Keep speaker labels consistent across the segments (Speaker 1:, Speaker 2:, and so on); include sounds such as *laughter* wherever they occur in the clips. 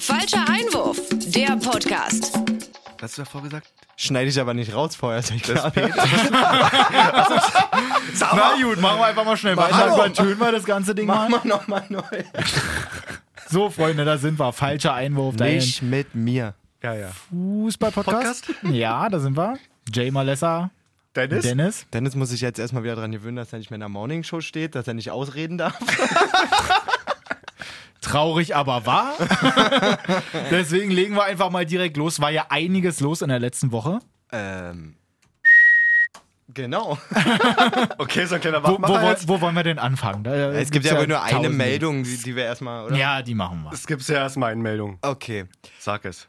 Speaker 1: Falscher Einwurf, der Podcast.
Speaker 2: Was hast du davor gesagt?
Speaker 3: Schneide ich aber nicht raus vorher. Ist ja klar. *laughs*
Speaker 4: Na gut, machen wir einfach mal schnell
Speaker 3: Mach
Speaker 4: weiter.
Speaker 3: mal.
Speaker 4: Übertönen wir das ganze Ding mal.
Speaker 3: Mach mal nochmal neu.
Speaker 4: So, Freunde, da sind wir. Falscher Einwurf. dein
Speaker 3: Nicht mit mir.
Speaker 2: Ja, ja.
Speaker 4: Fußball-Podcast. Ja, da sind wir. Jay Malessa,
Speaker 2: Dennis?
Speaker 4: Dennis.
Speaker 3: Dennis muss sich jetzt erstmal wieder dran gewöhnen, dass er nicht mehr in der Morning Show steht, dass er nicht ausreden darf.
Speaker 4: Traurig, aber wahr. Deswegen legen wir einfach mal direkt los. War ja einiges los in der letzten Woche.
Speaker 3: Ähm. Genau.
Speaker 2: Okay, so ein kleiner
Speaker 4: Wo, wo,
Speaker 2: Wachmacher
Speaker 4: woll-
Speaker 2: jetzt.
Speaker 4: wo wollen wir denn anfangen? Da, äh,
Speaker 3: Es gibt
Speaker 4: gibt's
Speaker 3: ja wohl nur eine
Speaker 4: tausend.
Speaker 3: Meldung, die, die wir erstmal, oder?
Speaker 4: Ja, die machen wir.
Speaker 2: Es gibt ja erstmal eine Meldung.
Speaker 3: Okay.
Speaker 2: Sag es.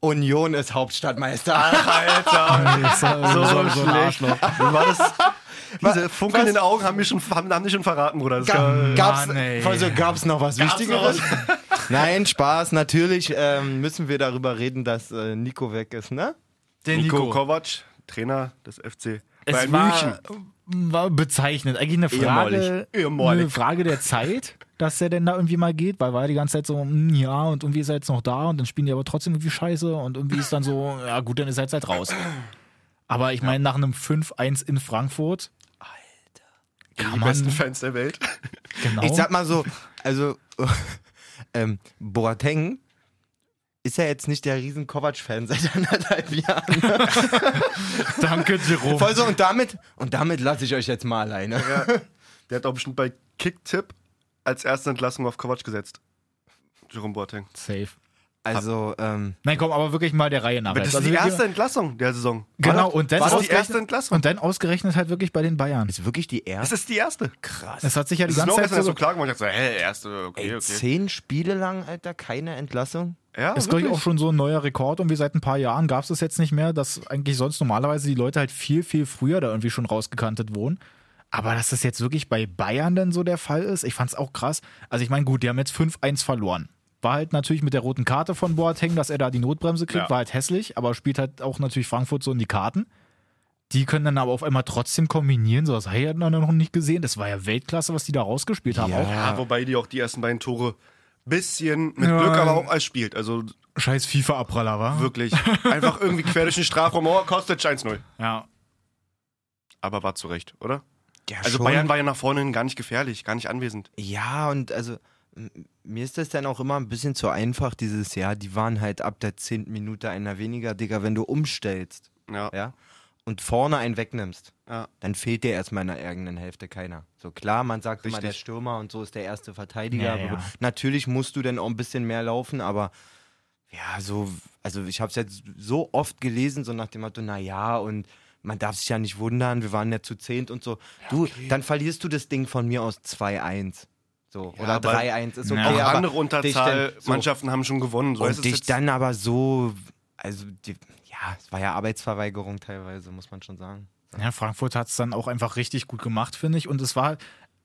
Speaker 3: Union ist Hauptstadtmeister.
Speaker 2: Alter, so, so,
Speaker 4: so ein
Speaker 2: schlecht. Wie war das? Diese funkelnden
Speaker 3: was?
Speaker 2: Augen haben mich schon, haben, haben mich schon verraten, Bruder. Das
Speaker 3: Ga-
Speaker 2: war-
Speaker 3: Gab's,
Speaker 4: Mann, ey.
Speaker 3: also gab's noch was Wichtigeres? *laughs* Nein, Spaß. Natürlich ähm, müssen wir darüber reden, dass äh, Nico weg ist, ne?
Speaker 4: Der
Speaker 2: Nico Kovac, Trainer des FC
Speaker 4: Es
Speaker 2: Bayern
Speaker 4: war,
Speaker 2: München.
Speaker 4: war bezeichnet. Eigentlich eine Frage,
Speaker 2: Ehemalig. Ehemalig.
Speaker 4: eine Frage der Zeit, dass der denn da irgendwie mal geht, weil war die ganze Zeit so, hm, ja, und irgendwie ist er jetzt noch da und dann spielen die aber trotzdem irgendwie scheiße und irgendwie ist dann so,
Speaker 2: *laughs*
Speaker 4: ja gut, dann ist er jetzt halt raus. Aber ich meine, nach einem 5-1 in Frankfurt. Alter. Kann
Speaker 2: Die
Speaker 4: man,
Speaker 2: besten Fans der Welt.
Speaker 4: genau.
Speaker 3: Ich sag mal so, also *laughs* ähm, Boateng ist ja jetzt nicht der riesen Kovac-Fan seit anderthalb Jahren.
Speaker 4: danke, Jerome.
Speaker 3: Voll so, und damit, und damit lasse ich euch jetzt mal alleine.
Speaker 2: Der hat auch bestimmt bei Kicktipp als erste Entlassung auf Kovac gesetzt. Jerome Boateng.
Speaker 4: Safe.
Speaker 3: Also, ähm,
Speaker 4: Nein, komm, aber wirklich mal der Reihe nach.
Speaker 2: Das
Speaker 4: jetzt.
Speaker 2: ist
Speaker 4: Also
Speaker 2: die
Speaker 4: wir-
Speaker 2: erste Entlassung der Saison.
Speaker 4: Genau,
Speaker 2: War
Speaker 4: und das
Speaker 2: das war
Speaker 4: ist
Speaker 2: die erste Entlassung.
Speaker 4: Und dann ausgerechnet halt wirklich bei den Bayern.
Speaker 3: ist wirklich die
Speaker 2: Das
Speaker 3: erste.
Speaker 2: ist die erste.
Speaker 4: Es hat sich ja die
Speaker 2: Das ist
Speaker 4: ganze
Speaker 2: noch
Speaker 4: Zeit
Speaker 2: erst
Speaker 4: so
Speaker 2: so klagen, weil ich dachte, hä, erste, okay, okay.
Speaker 3: Zehn Spiele lang, Alter, keine Entlassung.
Speaker 2: Ja,
Speaker 4: Ist, glaube ich,
Speaker 2: Oh, wirklich.
Speaker 4: auch schon so ein neuer Rekord. Und wie seit ein paar Jahren gab es das jetzt nicht mehr, dass eigentlich sonst normalerweise die Leute halt viel, viel früher da irgendwie schon rausgekantet wurden. Aber dass das jetzt wirklich bei Bayern dann so der Fall ist, ich fand's auch krass. Also ich meine, gut, die haben jetzt 5-1 verloren. War halt natürlich mit der roten Karte von Boateng, dass er da die Notbremse kriegt,
Speaker 2: Ja.
Speaker 4: war halt hässlich, aber spielt halt auch natürlich Frankfurt so in die Karten. Die können dann aber auf einmal trotzdem kombinieren, so das habe ich ja noch nicht gesehen. Das war ja Weltklasse, was die da rausgespielt haben. Auch
Speaker 2: Ja, wobei die auch die ersten beiden Tore bisschen mit
Speaker 4: Ja.
Speaker 2: Glück, aber auch als spielt. Also
Speaker 4: scheiß FIFA-Abpraller, war.
Speaker 2: wirklich einfach irgendwie quer durch den Strafraum. Oh, Kostic 1-0.
Speaker 4: Ja.
Speaker 2: Aber war zu Recht, oder?
Speaker 3: Ja,
Speaker 2: Also Bayern war ja nach vorne hin gar nicht gefährlich, gar nicht anwesend.
Speaker 3: Ja, und also m- mir ist das dann auch immer ein bisschen zu einfach dieses Jahr. Die waren halt ab der zehnten Minute einer weniger, Digga, wenn du umstellst,
Speaker 2: Ja.
Speaker 3: ja, und vorne einen wegnimmst.
Speaker 2: ja.
Speaker 3: dann fehlt dir erstmal in der eigenen Hälfte keiner. So klar, man sagt immer,
Speaker 2: Richtig.
Speaker 3: der Stürmer und so ist der erste Verteidiger.
Speaker 4: Ja, ja.
Speaker 3: Natürlich musst du dann auch ein bisschen mehr laufen, aber ja, so, also ich habe es jetzt so oft gelesen, so nach dem Motto, naja, und man darf sich ja nicht wundern, wir waren ja zu zehnt und so. Du, dann verlierst du das Ding von mir aus 2-1. So,
Speaker 2: Ja,
Speaker 3: oder
Speaker 2: aber
Speaker 3: 3-1 ist okay.
Speaker 4: Ja,
Speaker 2: Auch
Speaker 3: aber
Speaker 2: andere
Speaker 3: dich
Speaker 2: Unterzahl,
Speaker 3: dann, so,
Speaker 2: Mannschaften haben schon gewonnen. So es
Speaker 3: Und
Speaker 2: ist
Speaker 3: dich
Speaker 2: jetzt-
Speaker 3: dann aber so, also die, ja, es war ja Arbeitsverweigerung teilweise, muss man schon sagen. *laughs*
Speaker 4: Ja, Frankfurt hat es dann auch einfach richtig gut gemacht, finde ich. Und es war,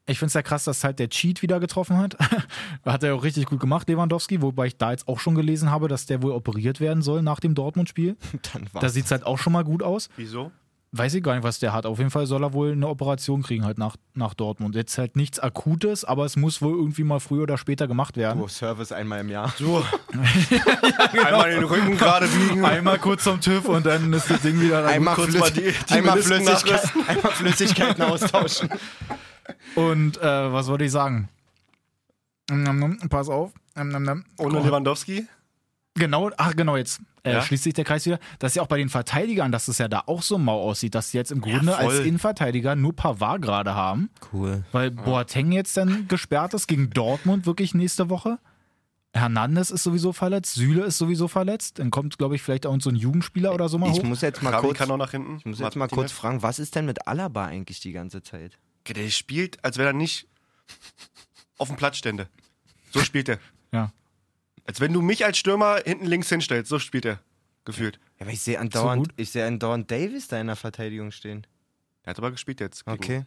Speaker 4: ich finde es ja krass, dass halt der Cheat wieder getroffen hat. *laughs* hat er auch richtig gut gemacht, Lewandowski, wobei ich da jetzt auch schon gelesen habe, dass der wohl operiert werden soll nach dem Dortmund-Spiel.
Speaker 3: Dann war
Speaker 4: Da sieht es halt auch schon mal gut aus.
Speaker 2: Wieso?
Speaker 4: Weiß ich gar nicht, was der hat. Auf jeden Fall soll er wohl eine Operation kriegen halt nach, nach Dortmund. Jetzt halt nichts Akutes, aber es muss wohl irgendwie mal früher oder später gemacht werden.
Speaker 3: Pro Service einmal im Jahr. *laughs*
Speaker 2: So. *laughs* Einmal den Rücken gerade biegen.
Speaker 4: Einmal kurz zum TÜV und dann ist das Ding wieder da.
Speaker 3: Einmal,
Speaker 2: kurz
Speaker 3: Flüss
Speaker 2: mal die- die
Speaker 3: einmal,
Speaker 2: Menisken
Speaker 3: Flüssigkeit, einmal Flüssigkeiten austauschen.
Speaker 4: Und äh, was wollte ich sagen? Nom, nom, Pass auf. Nom, nom, nom.
Speaker 2: Ohne Lewandowski?
Speaker 4: Genau, ach genau, jetzt äh,
Speaker 2: Ja?
Speaker 4: schließt sich der Kreis wieder. Das ist ja auch bei den Verteidigern, dass es ja da auch so mau aussieht, dass sie jetzt im Grunde als
Speaker 2: voll.
Speaker 4: Innenverteidiger nur Pavard gerade haben,
Speaker 3: *laughs* Cool.
Speaker 4: weil Boateng jetzt dann gesperrt ist gegen Dortmund wirklich nächste Woche. Hernandez ist sowieso verletzt, Süle ist sowieso verletzt. Dann kommt, glaube ich, vielleicht auch so ein Jugendspieler oder so mal
Speaker 3: Ich
Speaker 4: hoch.
Speaker 3: muss jetzt mal
Speaker 2: Krabi
Speaker 3: kurz,
Speaker 2: kann auch nach hinten.
Speaker 3: ich muss jetzt mal kurz fragen, was ist denn mit Alaba eigentlich die ganze Zeit?
Speaker 2: Der spielt, als wenn er nicht auf dem Platz stände. So spielt er.
Speaker 4: Ja.
Speaker 2: Als wenn du mich als Stürmer hinten links hinstellst. So spielt er. Gefühlt.
Speaker 3: Ja, weil ich sehe andauernd,
Speaker 4: gut?
Speaker 3: ich sehe andauernd Davis da in der Verteidigung stehen.
Speaker 2: Er hat aber gespielt jetzt. Gegen,
Speaker 3: Okay.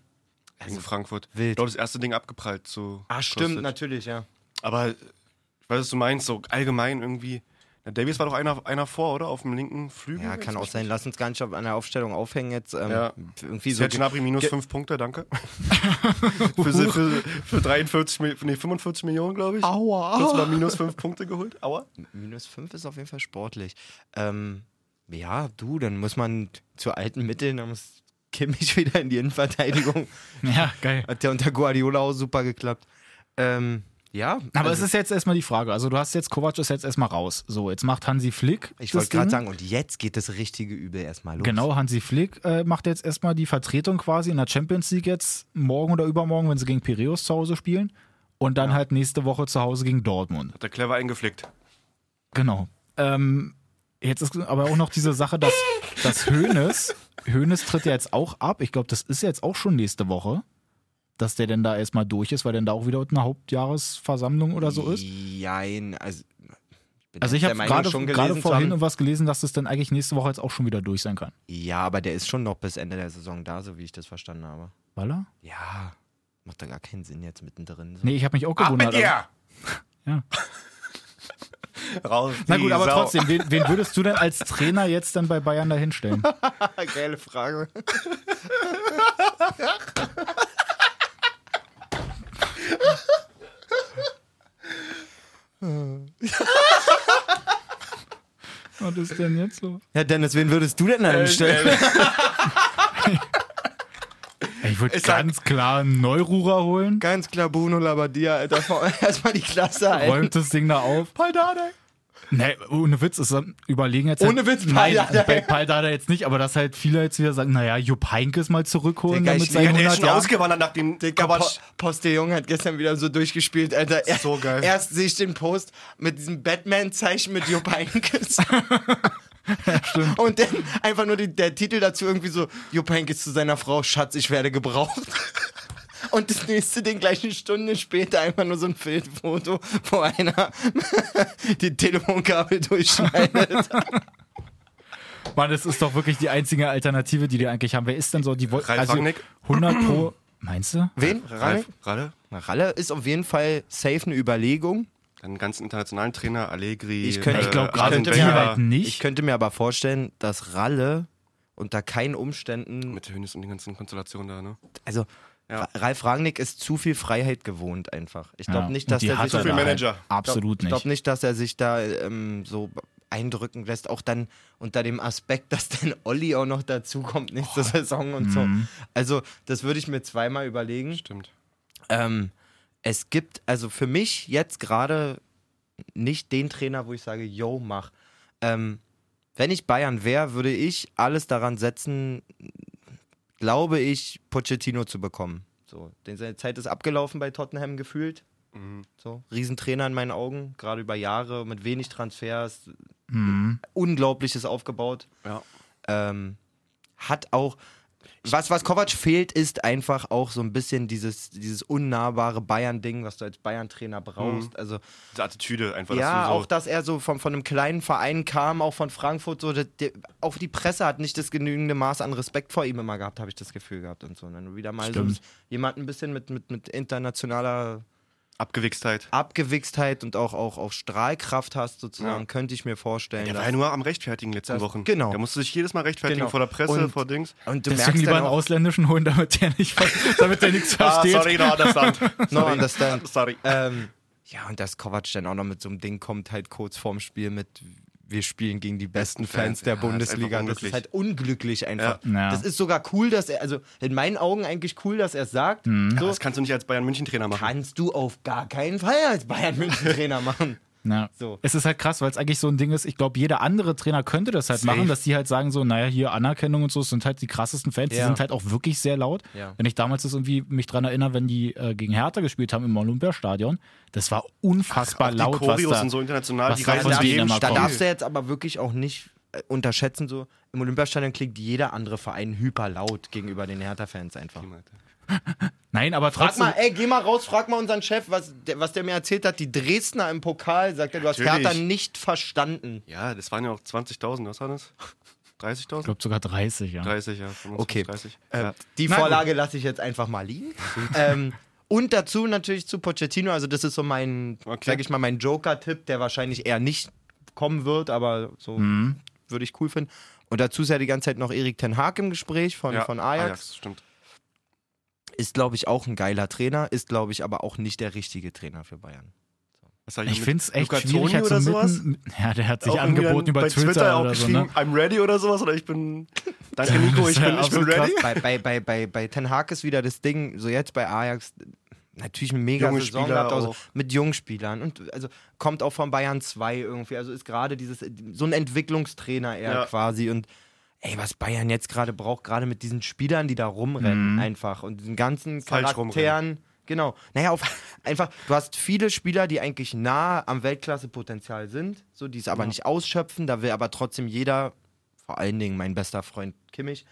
Speaker 4: Also
Speaker 2: Gegen Frankfurt.
Speaker 3: wild.
Speaker 2: Dort das erste Ding abgeprallt. So
Speaker 3: Ah, stimmt,
Speaker 2: Kostic.
Speaker 3: natürlich, ja.
Speaker 2: Aber ich weiß, was du meinst. So allgemein irgendwie. Ja, Davies war doch einer, einer vor, oder? Auf dem linken Flügel.
Speaker 3: Ja, kann auch sein. Lass uns gar nicht auf- an der Aufstellung aufhängen jetzt. Ähm,
Speaker 2: Ja.
Speaker 3: Irgendwie so.
Speaker 2: Serge Gnabry minus
Speaker 3: Ge-
Speaker 2: 5
Speaker 3: *laughs*
Speaker 2: Punkte, danke. für, se- für, für 43, Mi- nee, 45 Millionen, glaube ich.
Speaker 3: Aua.
Speaker 2: Kurz mal minus 5 Punkte geholt. Aua.
Speaker 3: Minus 5 ist auf jeden Fall sportlich. Ähm, ja, du, dann muss man zu alten Mitteln, dann muss Kimmich *laughs* wieder in die Innenverteidigung.
Speaker 4: Ja, geil.
Speaker 3: Hat ja unter Guardiola auch super geklappt. Ähm, ja.
Speaker 4: Aber
Speaker 3: also,
Speaker 4: es ist jetzt erstmal die Frage. Also, du hast jetzt Kovac ist jetzt erstmal raus. So, jetzt macht Hansi Flick.
Speaker 3: Ich
Speaker 4: das
Speaker 3: wollte gerade
Speaker 4: Ding.
Speaker 3: sagen, und jetzt geht das richtige Übel erstmal los.
Speaker 4: Genau, Hansi Flick äh, macht jetzt erstmal die Vertretung quasi in der Champions League jetzt morgen oder übermorgen, wenn sie gegen Piräus zu Hause spielen. Und dann halt nächste Woche zu Hause gegen Dortmund.
Speaker 2: Hat er clever eingeflickt.
Speaker 4: Genau. Ähm, jetzt ist aber auch noch diese Sache, dass, dass Hoeneß, Hoeneß tritt ja jetzt auch ab. Ich glaube, das ist jetzt auch schon nächste Woche, dass der denn da erstmal durch ist, weil dann da auch wieder eine Hauptjahresversammlung oder so ist.
Speaker 3: Jein, also. bin
Speaker 4: Also ich
Speaker 3: der
Speaker 4: habe
Speaker 3: Meinung,
Speaker 4: gerade
Speaker 3: schon
Speaker 4: gerade
Speaker 3: gelesen zu
Speaker 4: vorhin
Speaker 3: haben-
Speaker 4: irgendwas gelesen, dass das dann eigentlich nächste Woche jetzt auch schon wieder durch sein kann.
Speaker 3: Ja, aber der ist schon noch bis Ende der Saison da, so wie ich das verstanden habe.
Speaker 4: Baller?
Speaker 3: Ja. Macht da gar keinen Sinn jetzt mittendrin. So.
Speaker 4: Nee, ich habe mich auch gewundert. aber- Ja.
Speaker 2: *laughs* Raus.
Speaker 4: Na gut,
Speaker 2: die
Speaker 4: aber
Speaker 2: Sau.
Speaker 4: trotzdem, wen, wen würdest du denn als Trainer jetzt dann bei Bayern da hinstellen?
Speaker 3: Geile Frage.
Speaker 4: *laughs* Was ist denn jetzt so?
Speaker 3: Ja, Dennis, wen würdest du denn anstellen?
Speaker 4: Ich würde
Speaker 3: Ich sag-
Speaker 4: ganz klar einen Neururer holen,
Speaker 3: Ganz klar Bruno Labbadia, Alter. vor- *laughs* Erstmal die Klasse ein.
Speaker 4: räumt das Ding da auf.
Speaker 3: Paldadek.
Speaker 4: Nee, ohne Witz ist am überlegen jetzt.
Speaker 3: Ohne
Speaker 4: halt,
Speaker 3: Witz,
Speaker 4: nein,
Speaker 3: Paldada.
Speaker 4: bei Paldada jetzt nicht, aber dass halt viele jetzt wieder sagen, naja, Jupp Heynckes mal zurückholen
Speaker 3: Digga,
Speaker 4: damit
Speaker 3: ich
Speaker 4: seinen
Speaker 3: liebe
Speaker 2: Der
Speaker 4: 100
Speaker 2: ist schon
Speaker 4: Jahren.
Speaker 2: ausgewandert nach dem
Speaker 3: Po
Speaker 2: Kabatsch.
Speaker 3: Postillon hat gestern wieder so durchgespielt, Alter. Er,
Speaker 2: So geil.
Speaker 3: *laughs* Erst sehe ich den Post mit diesem Batman-Zeichen mit Jupp *laughs* Heynckes. Und dann einfach nur die, der Titel dazu irgendwie so, Jupp Heynckes zu seiner Frau, Schatz, ich werde gebraucht. *laughs* Und das nächste Ding gleich eine Stunde später einfach nur so ein Bildfoto, wo einer *laughs* die Telefonkabel durchschneidet.
Speaker 4: Mann, das ist doch wirklich die einzige Alternative, die die eigentlich haben. Wer ist denn so die Wo-
Speaker 2: Ralf Rangnick?
Speaker 4: 100 pro Meinst du?
Speaker 3: *laughs* Wen?
Speaker 2: Ralf, Ralle?
Speaker 3: Na, Ralle ist auf jeden Fall safe eine Überlegung.
Speaker 2: Einen ganz internationalen Trainer, Allegri. äh,
Speaker 3: Ich könnte-
Speaker 4: Ich glaube
Speaker 3: Äh, Rasen
Speaker 4: gerade die
Speaker 3: Wenger.
Speaker 4: halt
Speaker 3: Ich
Speaker 4: nicht.
Speaker 3: könnte mir aber vorstellen, dass Ralle unter keinen Umständen,
Speaker 2: Mit Hönes und den ganzen Konstellationen da, ne?
Speaker 3: also
Speaker 2: Ja.
Speaker 3: Ra- Ralf Rangnick ist zu viel Freiheit gewohnt einfach. Ich glaube
Speaker 4: Ja,
Speaker 3: nicht,
Speaker 4: und
Speaker 3: dass
Speaker 4: die
Speaker 3: er
Speaker 4: hat
Speaker 3: sich
Speaker 4: er
Speaker 2: Zu viel
Speaker 4: da halt
Speaker 2: Manager.
Speaker 4: Absolut
Speaker 3: ich
Speaker 4: nicht.
Speaker 3: glaube nicht, dass er sich da ähm, so eindrücken lässt, auch dann unter dem Aspekt, dass dann Olli auch noch dazukommt nächste Saison und so. Also, das würde ich mir zweimal überlegen.
Speaker 2: Stimmt.
Speaker 3: Ähm, es gibt also für mich jetzt gerade nicht den Trainer, wo ich sage, yo, mach. Ähm, wenn ich Bayern wäre, würde ich alles daran setzen, glaube ich, Pochettino zu bekommen. So, denn seine Zeit ist abgelaufen bei Tottenham gefühlt. So, Riesentrainer in meinen Augen, gerade über Jahre, mit wenig Transfers,
Speaker 4: Mhm.
Speaker 3: Unglaubliches aufgebaut.
Speaker 2: Ja.
Speaker 3: Ähm, hat auch. Was, was Kovac fehlt, ist einfach auch so ein bisschen dieses, dieses unnahbare Bayern-Ding, was du als Bayern-Trainer brauchst. Also,
Speaker 2: Diese Attitüde einfach.
Speaker 3: ja,
Speaker 2: Mhm. dass du so
Speaker 3: auch dass er so von, von einem kleinen Verein kam, auch von Frankfurt, so, der, der, auch die Presse hat nicht das genügende Maß an Respekt vor ihm immer gehabt, habe ich das Gefühl gehabt und so. Und wenn du wieder mal so
Speaker 4: Stimmt.
Speaker 3: jemanden ein bisschen mit, mit, mit internationaler
Speaker 2: Abgewichstheit.
Speaker 3: Ah, Abgewichstheit und auch, auch, auch Strahlkraft hast, sozusagen,
Speaker 2: Ja.
Speaker 3: könnte ich mir vorstellen.
Speaker 2: Der war
Speaker 3: dass-
Speaker 2: ja nur am Rechtfertigen letzten
Speaker 3: Das-
Speaker 2: Wochen.
Speaker 3: genau.
Speaker 2: Der musste sich jedes Mal rechtfertigen
Speaker 3: Genau.
Speaker 2: vor der Presse,
Speaker 3: Und-
Speaker 2: vor Dings.
Speaker 3: und du
Speaker 4: Deswegen lieber
Speaker 3: dann
Speaker 4: einen
Speaker 3: auch-
Speaker 4: ausländischen holen, damit der nicht, *laughs* damit der nichts
Speaker 2: Ah,
Speaker 4: versteht.
Speaker 3: *laughs*
Speaker 2: no understand.
Speaker 3: No understand.
Speaker 2: *laughs* Sorry.
Speaker 3: Ähm, ja, und dass Kovac dann auch noch mit so einem Ding kommt, halt kurz vorm Spiel mit, wir spielen gegen die besten Fans
Speaker 2: Fans,
Speaker 3: der
Speaker 2: ja, ist
Speaker 3: Bundesliga.
Speaker 2: einfach
Speaker 3: das ist
Speaker 2: unglücklich.
Speaker 3: halt unglücklich einfach.
Speaker 4: Ja. Ja.
Speaker 3: Das ist sogar cool, dass er, also in meinen Augen eigentlich cool, dass er es sagt. So
Speaker 2: Ah, Das kannst du nicht als Bayern München Trainer machen.
Speaker 3: kannst du auf gar keinen Fall als Bayern München Trainer
Speaker 2: *laughs*
Speaker 3: machen.
Speaker 4: Ja.
Speaker 3: So.
Speaker 4: Es ist halt krass, weil es eigentlich so ein Ding ist, ich glaube, jeder andere Trainer könnte das halt
Speaker 3: Safe.
Speaker 4: machen, dass die halt sagen so, naja, hier Anerkennung und so, es sind halt die krassesten Fans, die
Speaker 3: Ja.
Speaker 4: sind halt auch wirklich sehr laut.
Speaker 3: Ja.
Speaker 4: Wenn ich damals das irgendwie mich dran erinnere, wenn die äh, gegen Hertha gespielt haben im Olympiastadion, das war unfassbar
Speaker 2: Auch die
Speaker 4: laut, was
Speaker 2: Choreos
Speaker 4: da...
Speaker 2: und so international,
Speaker 4: was
Speaker 2: die
Speaker 4: da
Speaker 2: greifen
Speaker 4: von
Speaker 2: zu
Speaker 4: denen
Speaker 2: jedem
Speaker 4: immer
Speaker 3: da
Speaker 2: Spiel.
Speaker 4: kommt.
Speaker 3: darfst du jetzt aber wirklich auch nicht äh, unterschätzen, so im Olympiastadion klingt jeder andere Verein hyper laut gegenüber den Hertha-Fans einfach.
Speaker 4: Nein, aber
Speaker 3: Frag
Speaker 4: trotzdem...
Speaker 3: mal, ey, geh mal raus, frag mal unseren Chef, was der, was der mir erzählt hat. Die Dresdner im Pokal, sagt er, du hast
Speaker 2: Natürlich.
Speaker 3: Hertha nicht verstanden.
Speaker 2: Ja, das waren ja auch 20.000, was war das?
Speaker 4: ich
Speaker 2: 30.000?
Speaker 4: glaube sogar 30, ja.
Speaker 2: 30, ja. 25,
Speaker 3: Genau. Okay.
Speaker 2: 30.
Speaker 3: Äh,
Speaker 2: ja.
Speaker 3: Die
Speaker 4: Na gut.
Speaker 3: Vorlage lasse ich jetzt einfach mal liegen. ähm, und dazu natürlich zu Pochettino, also das ist so mein,
Speaker 2: Okay.
Speaker 3: sag ich mal, mein Joker-Tipp, der wahrscheinlich eher nicht kommen wird, aber so
Speaker 4: Mhm.
Speaker 3: würde ich cool finden. Und dazu ist ja die ganze Zeit noch Erik Ten Haag im Gespräch von, von Ajax.
Speaker 2: Stimmt.
Speaker 3: Ist, glaube ich, auch ein geiler Trainer, ist, glaube ich, aber auch nicht der richtige Trainer für Bayern.
Speaker 2: Was sag
Speaker 4: Ich
Speaker 2: mit
Speaker 4: finde es echt
Speaker 2: Luca
Speaker 4: schwierig.
Speaker 2: Toni
Speaker 4: Jetzt
Speaker 2: oder
Speaker 4: so
Speaker 2: sowas?
Speaker 4: mitten, *laughs* ja, der hat sich
Speaker 2: Auch irgendwie
Speaker 4: angeboten
Speaker 2: dann
Speaker 4: über
Speaker 2: bei
Speaker 4: Twitter,
Speaker 2: auch
Speaker 4: oder so.
Speaker 2: geschrieben,
Speaker 4: Ne?
Speaker 2: I'm ready oder sowas oder
Speaker 4: *laughs*
Speaker 2: ich bin Danke Nico, ich
Speaker 4: Das wär
Speaker 2: bin, ich bin
Speaker 4: absolut
Speaker 2: ready.
Speaker 3: Bei, bei, bei, bei, bei Ten Hag ist wieder das Ding, so jetzt bei Ajax, natürlich eine mega
Speaker 2: Junge
Speaker 3: Saison
Speaker 2: Spieler
Speaker 3: gehabt, also
Speaker 2: auch.
Speaker 3: mit jungen Spielern und also kommt auch von Bayern 2 irgendwie, also ist gerade dieses, so ein Entwicklungstrainer eher
Speaker 2: Ja.
Speaker 3: quasi und ey, was Bayern jetzt gerade braucht, gerade mit diesen Spielern, die da rumrennen einfach und diesen ganzen
Speaker 2: Mhm. Falsch
Speaker 3: Charakteren. Genau. Naja, auf, einfach, du hast viele Spieler, die eigentlich nah am Weltklasse-Potenzial sind, so, die es aber nicht ausschöpfen, da will aber trotzdem jeder, vor allen Dingen mein bester Freund Kimmich,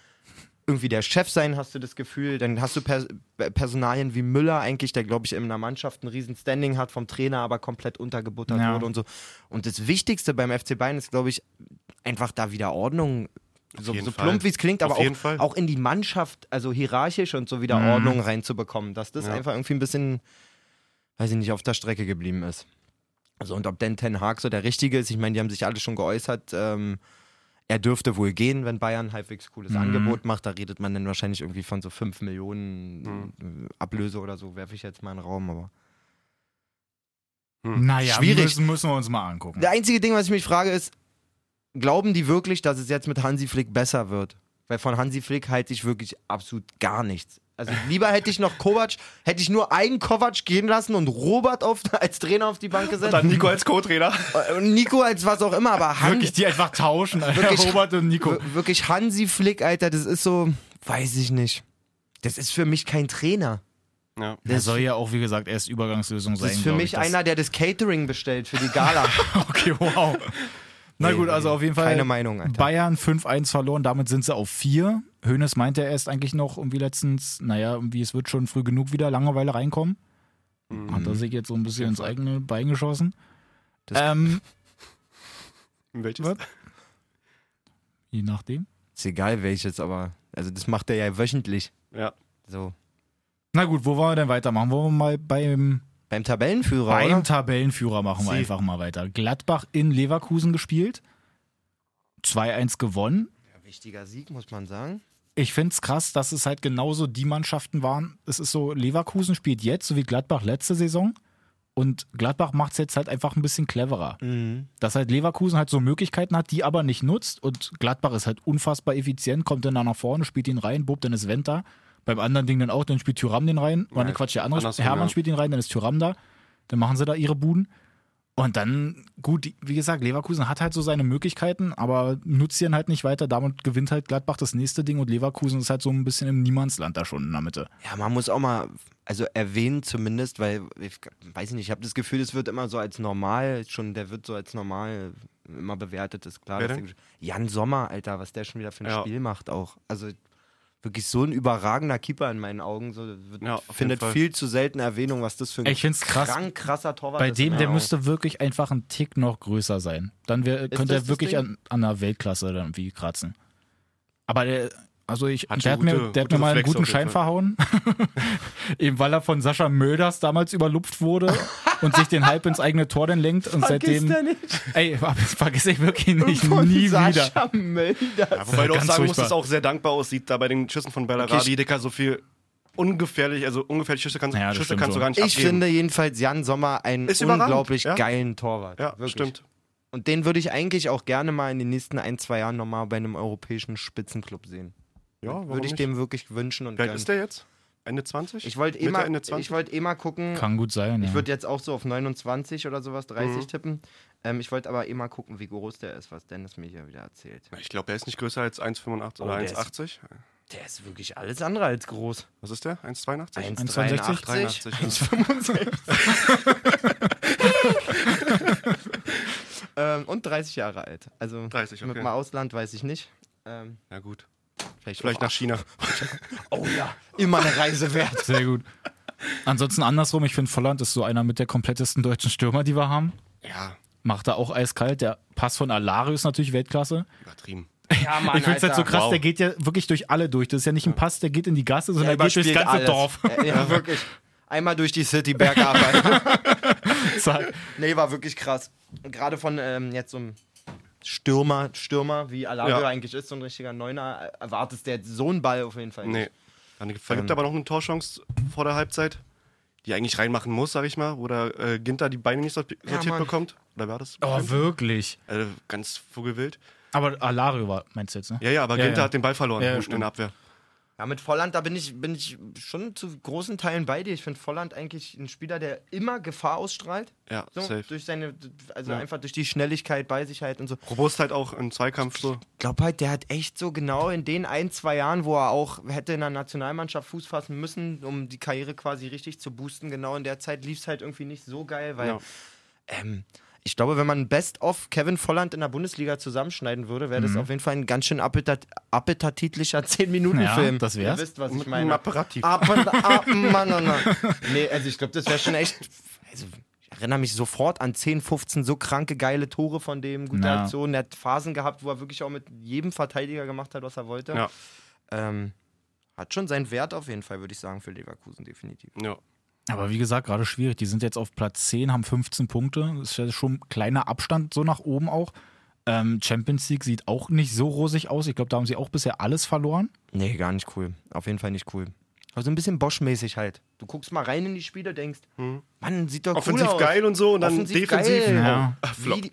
Speaker 3: irgendwie der Chef sein, hast du das Gefühl. Dann hast du per Personalien wie Müller eigentlich, der, glaube ich, in einer Mannschaft ein riesen Standing hat vom Trainer, aber komplett untergebuttert
Speaker 4: Ja.
Speaker 3: wurde und so. Und das Wichtigste beim FC Bayern ist, glaube ich, einfach da wieder Ordnung, so,
Speaker 2: jeden
Speaker 3: so
Speaker 2: Fall.
Speaker 3: plump wie es klingt,
Speaker 2: Auf
Speaker 3: aber
Speaker 2: jeden
Speaker 3: auch,
Speaker 2: Fall. Mhm.
Speaker 3: auch in die Mannschaft, also hierarchisch und so wieder Ordnung reinzubekommen, dass das
Speaker 2: Ja.
Speaker 3: einfach irgendwie ein bisschen, weiß ich nicht, auf der Strecke geblieben ist. Also und ob denn Ten Hag so der Richtige ist, ich meine, die haben sich alle schon geäußert, ähm, er dürfte wohl gehen, wenn Bayern ein halbwegs cooles Angebot macht. Da redet man dann wahrscheinlich irgendwie von so 5 Millionen äh, Ablöse oder so, werfe ich jetzt mal in den Raum. Aber
Speaker 2: Hm.
Speaker 4: Naja,
Speaker 3: Schwierig.
Speaker 4: Müssen, müssen wir uns mal angucken.
Speaker 3: der einzige Ding, was ich mich frage, ist, glauben die wirklich, dass es jetzt mit Hansi Flick besser wird? Weil von Hansi Flick halte ich wirklich absolut gar nichts. Also lieber hätte ich noch Kovac, hätte ich nur einen Kovac gehen lassen und Robert auf, *laughs* als Trainer auf die Bank gesetzt
Speaker 2: Dann Nico als Co-Trainer.
Speaker 3: und Nico als was auch immer, aber Hansi,
Speaker 4: Wirklich, die einfach tauschen, Alter.
Speaker 3: Wirklich-
Speaker 4: Robert und Nico.
Speaker 3: Wir- Wirklich Hansi Flick, Alter, das ist so, weiß ich nicht. Das ist für mich kein Trainer.
Speaker 4: *laughs*
Speaker 2: Ja.
Speaker 4: Der soll ja auch, wie gesagt, erst Übergangslösung sein.
Speaker 3: Das ist für
Speaker 4: glaub
Speaker 3: mich
Speaker 4: ich, das-
Speaker 3: einer, der das Catering bestellt für die *laughs* Gala.
Speaker 4: *laughs* Okay, wow. Na
Speaker 3: Nee,
Speaker 4: gut,
Speaker 3: nee,
Speaker 4: also auf jeden Fall.
Speaker 3: keine Meinung, Alter.
Speaker 4: Bayern 5-1 verloren, damit sind sie auf 4. Hoeneß meinte er erst eigentlich noch irgendwie letztens, naja, irgendwie es wird schon früh genug wieder Langeweile reinkommen. Hat er sich jetzt so ein bisschen ins eigene Bein geschossen.
Speaker 3: Das-
Speaker 4: ähm,
Speaker 3: Hm,
Speaker 2: In welches?
Speaker 4: Was? je nachdem.
Speaker 3: ist egal welches, aber also das macht er ja wöchentlich.
Speaker 2: Ja.
Speaker 3: So.
Speaker 4: Na gut, wo wollen wir denn weitermachen? Wollen wir mal beim,
Speaker 3: Beim Tabellenführer,
Speaker 4: beim
Speaker 3: oder?
Speaker 4: Tabellenführer machen wir
Speaker 3: Sie.
Speaker 4: einfach mal weiter. Gladbach in Leverkusen gespielt. 2-1 gewonnen.
Speaker 3: Wichtiger Sieg, muss man sagen.
Speaker 4: ich finde es krass, dass es halt genauso die Mannschaften waren. Es ist so, Leverkusen spielt jetzt, so wie Gladbach letzte Saison. Und Gladbach macht es jetzt halt einfach ein bisschen cleverer.
Speaker 3: Mhm.
Speaker 4: Dass halt Leverkusen halt so Möglichkeiten hat, die aber nicht nutzt. Und Gladbach ist halt unfassbar effizient, kommt dann da nach vorne, spielt ihn rein, bob, dann ist Wendt da. Beim anderen Ding dann auch, dann spielt Tyram den rein. Ja,
Speaker 2: Ja,
Speaker 4: Quatsch, der andere
Speaker 2: andersrum,
Speaker 4: Hermann
Speaker 2: ja.
Speaker 4: spielt ihn rein, dann ist Tyram da. Dann machen sie da ihre Buden. Und dann, gut, die- wie gesagt, Leverkusen hat halt so seine Möglichkeiten, aber nutzt sie dann halt nicht weiter. Damit gewinnt halt Gladbach das nächste Ding und Leverkusen ist halt so ein bisschen im Niemandsland da schon in der Mitte.
Speaker 3: Ja, man muss auch mal, also erwähnen zumindest, weil ich weiß nicht, ich habe das Gefühl, es wird immer so als normal, schon der wird so als normal immer bewertet, ist klar.
Speaker 2: Wer
Speaker 3: dass
Speaker 2: denn?
Speaker 3: der- Jan Sommer, Alter, was der schon wieder für ein
Speaker 2: Ja.
Speaker 3: Spiel macht auch. Also wirklich so ein überragender Keeper in meinen Augen, so wird,
Speaker 2: Ja, auf jeden
Speaker 3: findet
Speaker 2: Fall.
Speaker 3: viel zu selten Erwähnung, was das für ein
Speaker 4: Ich find's krass.
Speaker 3: krank krasser Torwart
Speaker 4: Bei
Speaker 3: ist.
Speaker 4: dem,
Speaker 3: Ja.
Speaker 4: der müsste wirklich einfach ein Tick noch größer sein. Dann wär,
Speaker 3: das
Speaker 4: könnte er
Speaker 3: das
Speaker 4: wirklich
Speaker 3: Ding?
Speaker 4: an, an der Weltklasse dann irgendwie kratzen. Aber der, also ich,
Speaker 2: Hat
Speaker 4: der
Speaker 2: schon
Speaker 4: hat mir,
Speaker 2: gute-
Speaker 4: der hat
Speaker 2: gute
Speaker 4: mir mal einen
Speaker 2: Reflexe
Speaker 4: guten
Speaker 2: auf jeden
Speaker 4: Schein
Speaker 2: Fall.
Speaker 4: verhauen. *laughs* Eben weil er von Sascha Mölders damals überlupft wurde
Speaker 3: *laughs*
Speaker 4: und sich den halb ins eigene Tor dann lenkt. Und
Speaker 3: Vergiss
Speaker 4: seitdem.
Speaker 3: der nicht.
Speaker 4: Ey, das vergesse *laughs* ich wirklich nicht.
Speaker 3: Von
Speaker 4: Nie wieder.
Speaker 3: Sascha Mölders.
Speaker 2: Ja, wobei du auch
Speaker 4: Ganz
Speaker 2: sagen
Speaker 4: furchtbar.
Speaker 2: musst, dass es auch sehr dankbar aussieht, da bei den Schüssen von Bellarabi,
Speaker 3: Okay, ich-
Speaker 2: Dicker, so viel ungefährlich, also ungefährliche Schüsse kannst,
Speaker 4: Ja, das
Speaker 2: Schüsse
Speaker 4: stimmt
Speaker 2: kannst du
Speaker 4: schon.
Speaker 2: gar nicht
Speaker 3: Ich
Speaker 2: abgeben.
Speaker 3: finde jedenfalls Jan Sommer einen
Speaker 2: Ist überragend,
Speaker 3: unglaublich
Speaker 2: ja.
Speaker 3: geilen Torwart.
Speaker 2: ja,
Speaker 3: wirklich.
Speaker 2: stimmt.
Speaker 3: Und den würde ich eigentlich auch gerne mal in den nächsten ein, zwei Jahren nochmal bei einem europäischen Spitzenclub sehen.
Speaker 2: Ja, warum
Speaker 3: würde ich
Speaker 2: nicht?
Speaker 3: dem wirklich wünschen und
Speaker 2: Wie alt
Speaker 3: gönnen.
Speaker 2: ist der jetzt? Ende 20?
Speaker 3: Ich wollte eh,
Speaker 2: Mitte,
Speaker 3: mal-
Speaker 2: Ende 20?
Speaker 3: ich wollte eh mal gucken.
Speaker 4: Kann gut sein. Ja.
Speaker 3: Ich würde jetzt auch so auf 29 oder sowas, 30
Speaker 2: Mhm.
Speaker 3: tippen. Ähm, ich wollte aber eh mal gucken, wie groß der ist, was Dennis mir hier wieder erzählt.
Speaker 2: Ich glaube, der ist nicht größer als 1,85 oder
Speaker 3: Oh, der ist-
Speaker 2: 1,80.
Speaker 3: Der ist wirklich alles andere als groß.
Speaker 2: Was ist der? 1,82?
Speaker 4: 1,62?
Speaker 3: 1,83.
Speaker 2: 1,85.
Speaker 3: Ähm, und 30 Jahre alt. Also
Speaker 2: 30,
Speaker 3: mit
Speaker 2: okay.
Speaker 3: mal Ausland weiß ich nicht. Ähm,
Speaker 2: Ja, gut.
Speaker 3: vielleicht
Speaker 2: Vielleicht nach China.
Speaker 3: Oh ja, immer eine Reise wert.
Speaker 4: Sehr gut. Ansonsten andersrum, ich finde Volland ist so einer mit der komplettesten deutschen Stürmer, die wir haben.
Speaker 2: Ja,
Speaker 4: Macht er auch eiskalt. Der Pass von Alario ist natürlich Weltklasse.
Speaker 2: übertrieben.
Speaker 3: Ja, Mann,
Speaker 4: ich finde es halt so krass,
Speaker 2: Wow.
Speaker 4: der geht ja wirklich durch alle durch. Das ist ja nicht ein Pass, der geht in die Gasse,
Speaker 3: Der
Speaker 4: *laughs* sondern der geht durchs
Speaker 3: überspielt
Speaker 4: ganze
Speaker 3: alles.
Speaker 4: Dorf.
Speaker 3: Ja, ja, wirklich. Einmal durch die City bergarbeit.
Speaker 4: sagen.
Speaker 3: Nee, war wirklich krass. Gerade von ähm, jetzt so einem Stürmer, Stürmer, wie Alario
Speaker 2: Ja.
Speaker 3: eigentlich ist, so ein richtiger Neuner, äh, erwartest der jetzt so einen Ball auf jeden Fall
Speaker 2: Nee.
Speaker 3: nicht.
Speaker 2: Dann
Speaker 4: Ähm.
Speaker 2: vergibt er aber noch eine Torchance vor der Halbzeit, die er eigentlich reinmachen muss, sag ich mal, wo der äh, Ginter die Beine nicht sorti- sortiert
Speaker 3: Mann.
Speaker 2: bekommt. Oder war das?
Speaker 4: Oh, wirklich.
Speaker 2: äh, ganz vogelwild.
Speaker 4: Aber Alario war, meinst du jetzt, ne?
Speaker 2: Ja, ja, aber
Speaker 4: Ja,
Speaker 2: Ginter
Speaker 4: ja.
Speaker 2: hat den Ball verloren
Speaker 4: Ja, ja,
Speaker 2: unten in
Speaker 4: stimmt.
Speaker 2: der Abwehr.
Speaker 3: Ja, mit Volland, da bin ich, bin ich schon zu großen Teilen bei dir. Ich finde Volland eigentlich ein Spieler, der immer Gefahr ausstrahlt.
Speaker 2: Ja,
Speaker 3: So,
Speaker 2: safe.
Speaker 3: durch seine, also
Speaker 2: Ja.
Speaker 3: einfach durch die Schnelligkeit, bei sich halt und so.
Speaker 2: Robustheit auch im Zweikampf so.
Speaker 3: glaube halt, der hat echt so genau in den ein, zwei Jahren, wo er auch hätte in der Nationalmannschaft Fuß fassen müssen, um die Karriere quasi richtig zu boosten, genau in der Zeit lief es halt irgendwie nicht so geil, weil
Speaker 2: Ja.
Speaker 3: ähm, ich glaube, wenn man Best-of Kevin Volland in der Bundesliga zusammenschneiden würde, wäre das
Speaker 4: Mhm.
Speaker 3: auf jeden Fall ein ganz schön appetat appetitlicher *laughs* 10-Minuten-Film.
Speaker 4: Ja, das wär's.
Speaker 3: Ihr wisst, was ich
Speaker 2: Mit
Speaker 3: meine.
Speaker 2: einem Apparativ.
Speaker 3: Ab
Speaker 4: *laughs*
Speaker 3: und ab, Mann, oh Mann. Nee, also ich glaube, das wäre schon echt. Also ich erinnere mich sofort an 10, 15 so kranke, geile Tore von dem, gute
Speaker 4: Ja.
Speaker 3: Aktionen. Er hat Phasen gehabt, wo er wirklich auch mit jedem Verteidiger gemacht hat, was er wollte.
Speaker 2: Ja.
Speaker 3: Ähm, hat schon seinen Wert auf jeden Fall, würde ich sagen, für Leverkusen definitiv.
Speaker 2: Ja.
Speaker 4: Aber wie gesagt, gerade schwierig. Die sind jetzt auf Platz 10, haben 15 Punkte. Das ist ja schon ein kleiner Abstand so nach oben auch. Ähm, Champions League sieht auch nicht so rosig aus. Ich glaube, da haben sie auch bisher alles verloren.
Speaker 3: Nee, gar nicht cool. Auf jeden Fall nicht cool. Also ein bisschen Bosch-mäßig halt. Du guckst mal rein in die Spiele, denkst, Mann, sieht doch
Speaker 2: Hm. Offensiv
Speaker 3: cool aus.
Speaker 2: geil und so und dann
Speaker 3: Offensiv
Speaker 2: defensiv.
Speaker 3: geil.
Speaker 4: Ja.
Speaker 3: Wie die,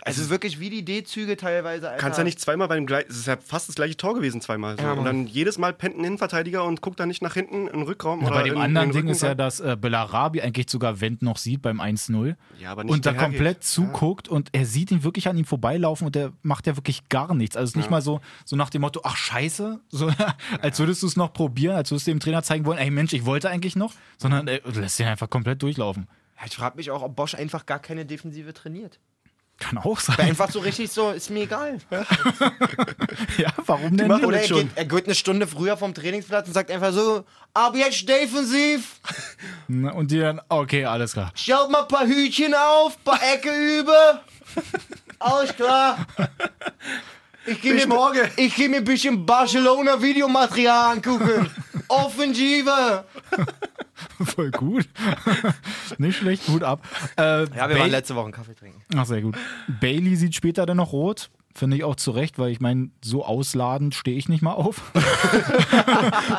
Speaker 3: also wirklich wie die D-Züge teilweise. Alter.
Speaker 2: Kannst ja nicht zweimal bei dem gleichen. Es ist ja fast das gleiche Tor gewesen zweimal. So.
Speaker 3: Ja,
Speaker 2: und
Speaker 3: Mann.
Speaker 2: dann jedes Mal pennt ein Innenverteidiger und guckt dann nicht nach hinten in den Rückraum. oder
Speaker 4: bei dem
Speaker 2: Äh, in,
Speaker 4: anderen
Speaker 2: in den
Speaker 4: Ding ist ja,
Speaker 2: Rücken.
Speaker 4: dass äh, Bellarabi eigentlich sogar Wendt noch sieht beim 1-0.
Speaker 2: Ja, aber nicht
Speaker 4: und da
Speaker 2: hinterhergeht.
Speaker 4: komplett zuguckt und er sieht ihn wirklich an ihm vorbeilaufen und der macht ja wirklich gar nichts. Also es ist nicht mal so, so nach dem Motto, ach scheiße, so, *laughs* als würdest du es noch probieren, als würdest du dem Trainer zeigen wollen, ey Mensch, ich wollte eigentlich noch, sondern er lässt ihn einfach komplett durchlaufen.
Speaker 3: Ja, Ich frage mich auch, ob Bosch einfach gar keine Defensive trainiert.
Speaker 4: Kann auch sein.
Speaker 3: Weil einfach so richtig so, ist mir egal.
Speaker 4: *laughs* ja, warum denn?
Speaker 2: machen
Speaker 4: nicht?
Speaker 2: Oder
Speaker 3: Oder er
Speaker 2: jetzt schon.
Speaker 3: geht, er geht eine Stunde früher vom Trainingsplatz und sagt einfach so, ab jetzt defensiv,
Speaker 4: Na, Und die dann, okay, alles klar. *laughs*
Speaker 3: schaut mal ein paar Hütchen auf, ein paar Ecke über. Alles klar. Ich gehe
Speaker 2: Bis
Speaker 3: mir,
Speaker 2: morgen.
Speaker 3: ich geh mir ein bisschen Barcelona Videomaterial angucken. Offensive.
Speaker 4: Voll gut. *laughs* nicht schlecht, gut ab. Äh, Bailey-
Speaker 3: Woche einen Kaffee trinken.
Speaker 4: Ach, sehr gut. Bailey sieht später dann noch rot. Finde ich auch zu Recht, weil ich meine, so ausladend stehe ich nicht mal
Speaker 2: *laughs*
Speaker 4: auf.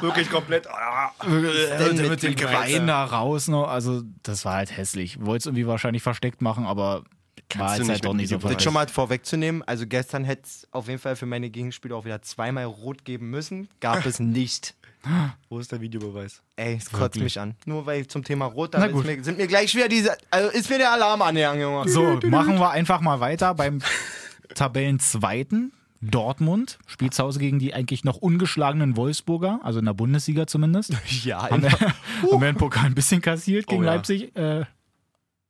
Speaker 2: Wirklich komplett. Ah,
Speaker 3: denn mit dem
Speaker 4: Bein da raus noch. Also, das war halt hässlich. Wollte es irgendwie wahrscheinlich versteckt machen, aber war
Speaker 2: du
Speaker 4: jetzt
Speaker 2: nicht
Speaker 4: halt doch
Speaker 2: mit
Speaker 4: nicht so
Speaker 3: Das
Speaker 2: diesem-
Speaker 4: versteckt.
Speaker 3: schon mal vorwegzunehmen, also gestern hätte es auf jeden Fall für meine Gegenspieler auch wieder zweimal rot geben müssen. Gab es nicht.
Speaker 2: wo ist der Videobeweis?
Speaker 3: Ey, es kotzt
Speaker 4: Wirklich.
Speaker 3: mich an. Nur weil zum Thema Rot,
Speaker 4: Na
Speaker 3: da ist
Speaker 4: gut.
Speaker 3: mir, sind mir gleich wieder diese. Also ist mir der Alarm angegangen, Junge.
Speaker 4: So, machen wir einfach mal weiter beim Tabellenzweiten. Dortmund spielt zu Hause gegen die eigentlich noch ungeschlagenen Wolfsburger, also in der Bundesliga zumindest.
Speaker 3: Ja,
Speaker 4: haben, wir, *laughs*
Speaker 3: Alter.
Speaker 4: haben wir den Pokal ein bisschen kassiert gegen
Speaker 2: Oh ja.
Speaker 4: Leipzig. Äh,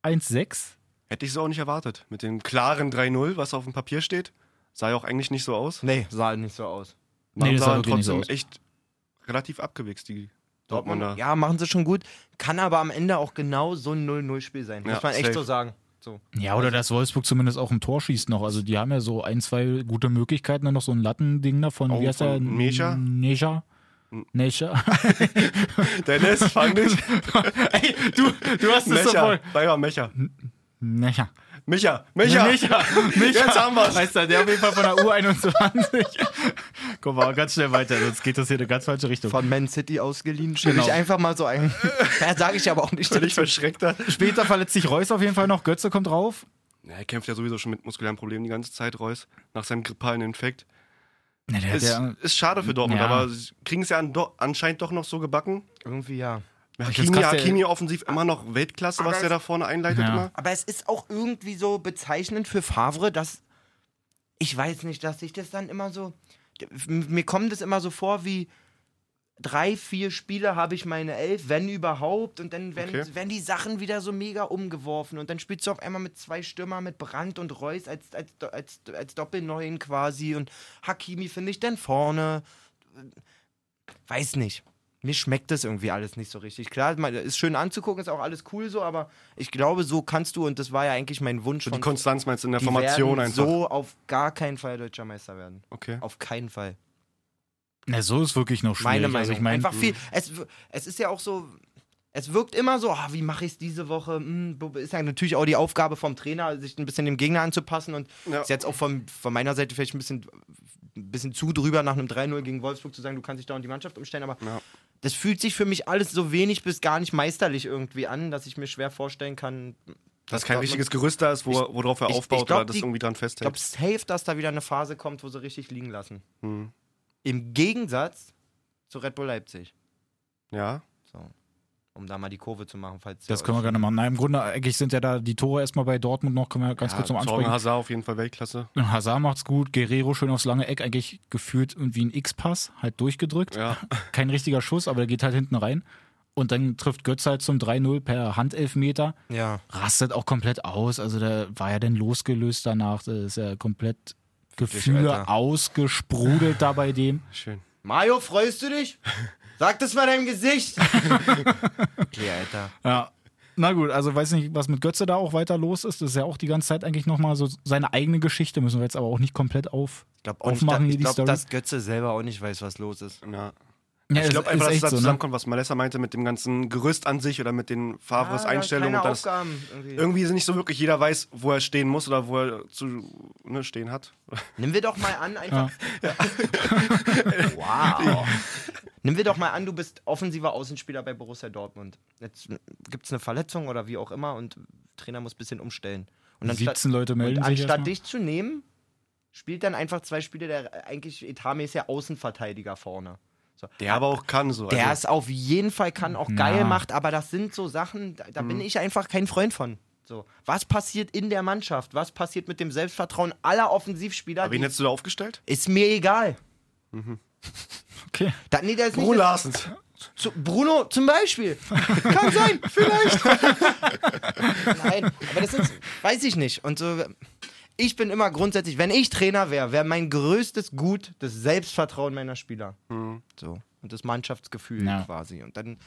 Speaker 4: 1-6.
Speaker 2: Hätte ich so auch nicht erwartet. Mit dem klaren 3-0, was auf dem Papier steht, sah ja auch eigentlich nicht so aus.
Speaker 3: Nee, sah halt nicht so aus.
Speaker 4: Nee, das
Speaker 2: sah
Speaker 4: sah wirklich nicht so
Speaker 2: trotzdem
Speaker 4: aus.
Speaker 2: echt relativ abgewichst, die
Speaker 3: Dortmund,
Speaker 2: Dortmunder.
Speaker 3: ja, machen sie schon gut. Kann aber am Ende auch genau so ein 0-0-Spiel sein.
Speaker 2: Ja,
Speaker 3: Muss man echt
Speaker 2: safe.
Speaker 3: so sagen. So.
Speaker 4: Ja, oder dass Wolfsburg zumindest auch ein Tor schießt noch. Also die haben ja so ein, zwei gute Möglichkeiten. Dann noch so ein Lattending da von,
Speaker 2: Oh,
Speaker 4: wie heißt
Speaker 2: von
Speaker 4: der?
Speaker 2: Neja?
Speaker 4: Neja. Neja.
Speaker 2: *laughs* Dennis,
Speaker 4: *laughs*
Speaker 2: fang dich.
Speaker 4: Ey, du, *laughs* du hast es so
Speaker 2: Mecher.
Speaker 4: voll.
Speaker 2: Bayer Mecher.
Speaker 4: Neja.
Speaker 2: Micha. Micha.
Speaker 4: Micha. Micha.
Speaker 2: *laughs* Jetzt haben wir's.
Speaker 4: Weißt du, der auf jeden Fall von der U21. *laughs* Guck mal, ganz schnell weiter, sonst geht das hier in eine ganz falsche Richtung.
Speaker 3: Von Man City ausgeliehen. Schiebe
Speaker 4: Genau.
Speaker 3: ich einfach mal so ein. *laughs* ja, sage ich aber auch nicht.
Speaker 2: Völlig verschreckt da.
Speaker 4: Später verletzt sich Reus auf jeden Fall noch. Götze kommt drauf.
Speaker 2: Ja, er kämpft ja sowieso schon mit muskulären Problemen die ganze Zeit, Reus, nach seinem grippalen Infekt.
Speaker 4: Ne, der
Speaker 2: Ist, ist schade für Dortmund,
Speaker 4: Ja.
Speaker 2: aber sie kriegen es ja an, do, anscheinend doch noch so gebacken.
Speaker 3: Irgendwie ja.
Speaker 4: jetzt
Speaker 2: Hakimi,
Speaker 4: krass, der-
Speaker 2: Hakimi offensiv immer noch Weltklasse, was
Speaker 3: Aber
Speaker 2: der da vorne einleitet
Speaker 4: Ja.
Speaker 2: immer.
Speaker 3: Aber es ist auch irgendwie so bezeichnend für Favre, dass ich weiß nicht, dass ich das dann immer so. Mir kommt das immer so vor wie drei, vier Spiele habe ich meine elf, wenn überhaupt, und dann werden,
Speaker 2: Okay.
Speaker 3: werden die Sachen wieder so mega umgeworfen und dann spielst du auf einmal mit zwei Stürmern, mit Brandt und Reus als, als, als, als Doppelneuen quasi und Hakimi finde ich dann vorne. Weiß nicht. Mir schmeckt das irgendwie alles nicht so richtig. Klar, man- ist schön anzugucken, ist auch alles cool so, aber ich glaube, so kannst du, und das war ja eigentlich mein Wunsch,
Speaker 2: Die
Speaker 3: von-
Speaker 2: Konstanz meinst du in der
Speaker 3: die
Speaker 2: Formation
Speaker 3: werden
Speaker 2: einfach.
Speaker 3: so auf gar keinen Fall deutscher Meister werden.
Speaker 2: okay.
Speaker 3: Auf keinen Fall.
Speaker 4: Na, ne, so ist wirklich noch schwierig.
Speaker 3: Meine Meinung.
Speaker 4: Also ich meine,
Speaker 3: Einfach viel. Es, es ist ja auch so, Es wirkt immer so, ah, wie mache ich es diese Woche? Hm, bu- ist ja natürlich auch die Aufgabe vom Trainer, sich ein bisschen dem Gegner anzupassen. Und
Speaker 2: Ja.
Speaker 3: ist jetzt auch von, von meiner Seite vielleicht ein bisschen, ein bisschen zu drüber, nach einem 3-0 gegen Wolfsburg zu sagen, du kannst dich da und die Mannschaft umstellen. Aber
Speaker 2: Ja.
Speaker 3: das fühlt sich für mich alles so wenig bis gar nicht meisterlich irgendwie an, dass ich mir schwer vorstellen kann,
Speaker 2: Dass kein
Speaker 3: Dortmund-
Speaker 2: richtiges Gerüst da ist, wo,
Speaker 3: Ich-
Speaker 2: worauf er
Speaker 3: ich- ich
Speaker 2: aufbaut
Speaker 3: glaub,
Speaker 2: oder das
Speaker 3: die-
Speaker 2: irgendwie dran
Speaker 3: Ich glaube
Speaker 2: festhält.
Speaker 3: safe, dass da wieder eine Phase kommt, wo sie richtig liegen lassen.
Speaker 2: Hm.
Speaker 3: Im Gegensatz zu Red Bull Leipzig.
Speaker 2: Ja.
Speaker 3: So. Um da mal die Kurve zu machen, falls
Speaker 4: Das
Speaker 3: ihr
Speaker 4: können wir
Speaker 3: euch-
Speaker 4: gerne machen. Nein, im Grunde eigentlich sind ja da die Tore erstmal bei Dortmund noch, können wir ganz
Speaker 3: Ja,
Speaker 4: kurz zum
Speaker 2: Sorgen
Speaker 4: Ansprechen.
Speaker 2: Hazard auf jeden Fall Weltklasse.
Speaker 4: Hazard macht's gut, Guerrero schön aufs lange Eck, eigentlich gefühlt irgendwie ein X-Pass, halt durchgedrückt.
Speaker 2: Ja. *laughs*
Speaker 4: Kein richtiger Schuss, aber der geht halt hinten rein. Und dann trifft Götz halt zum 3-0 per Handelfmeter,
Speaker 3: Ja.
Speaker 4: rastet auch komplett aus. Also der war ja dann losgelöst danach, das ist ja komplett Gefühle
Speaker 3: Alter.
Speaker 4: ausgesprudelt da bei
Speaker 3: *laughs*
Speaker 4: dem.
Speaker 2: Schön.
Speaker 3: Mario, freust du
Speaker 4: *laughs*
Speaker 3: dich? Sag das mal deinem Gesicht. okay, Alter.
Speaker 4: Ja. Na gut, also weiß nicht, was mit Götze da auch weiter los ist. Das ist ja auch die ganze Zeit eigentlich nochmal so seine eigene Geschichte, müssen wir jetzt aber auch nicht komplett auf.
Speaker 3: Ich glaube,
Speaker 4: Aufmachen hier die
Speaker 3: glaub,
Speaker 4: Story.
Speaker 3: dass Götze selber auch nicht weiß, was los ist.
Speaker 2: Ja.
Speaker 4: Ja,
Speaker 2: Ich
Speaker 4: es
Speaker 2: glaube einfach, dass
Speaker 4: echt
Speaker 2: es da
Speaker 4: so, ne?
Speaker 2: zusammenkommt, was Malessa meinte mit dem ganzen Gerüst an sich oder mit den
Speaker 3: Ah,
Speaker 2: Favres Einstellungen und
Speaker 3: und
Speaker 2: das.
Speaker 3: Aufgaben irgendwie.
Speaker 2: Irgendwie ist nicht so wirklich jeder weiß, wo er stehen muss oder wo er zu ne, stehen hat.
Speaker 3: Nimm wir doch mal an, einfach. *laughs* wow. Nimm wir doch mal an, du bist offensiver Außenspieler bei Borussia Dortmund. Jetzt gibt es eine Verletzung oder wie auch immer und Trainer muss ein bisschen umstellen. Und
Speaker 4: 17 Leute melden
Speaker 3: und
Speaker 4: sich
Speaker 3: anstatt
Speaker 4: erstmal.
Speaker 3: dich zu nehmen, spielt dann einfach zwei Spiele der äh, eigentlich etatmäßiger Außenverteidiger vorne. So.
Speaker 2: Der aber auch kann so.
Speaker 3: Der
Speaker 2: also,
Speaker 3: es auf jeden Fall kann, auch geil macht, aber das sind so Sachen, da, da bin ich einfach kein Freund von. So. Was passiert in der Mannschaft? Was passiert mit dem Selbstvertrauen aller Offensivspieler?
Speaker 2: wen
Speaker 3: die-
Speaker 2: hättest du da aufgestellt?
Speaker 3: ist mir egal.
Speaker 4: Okay.
Speaker 3: Da, nee, da ist
Speaker 2: Bruno
Speaker 3: nicht,
Speaker 2: Larsens.
Speaker 3: zu, Bruno zum Beispiel. Kann sein, *laughs* vielleicht. Nein, aber das ist, weiß ich nicht. Und so, ich bin immer grundsätzlich, wenn ich Trainer wäre, wäre mein größtes Gut das Selbstvertrauen meiner Spieler. So. Und das Mannschaftsgefühl
Speaker 4: Ja.
Speaker 3: quasi. Und dann,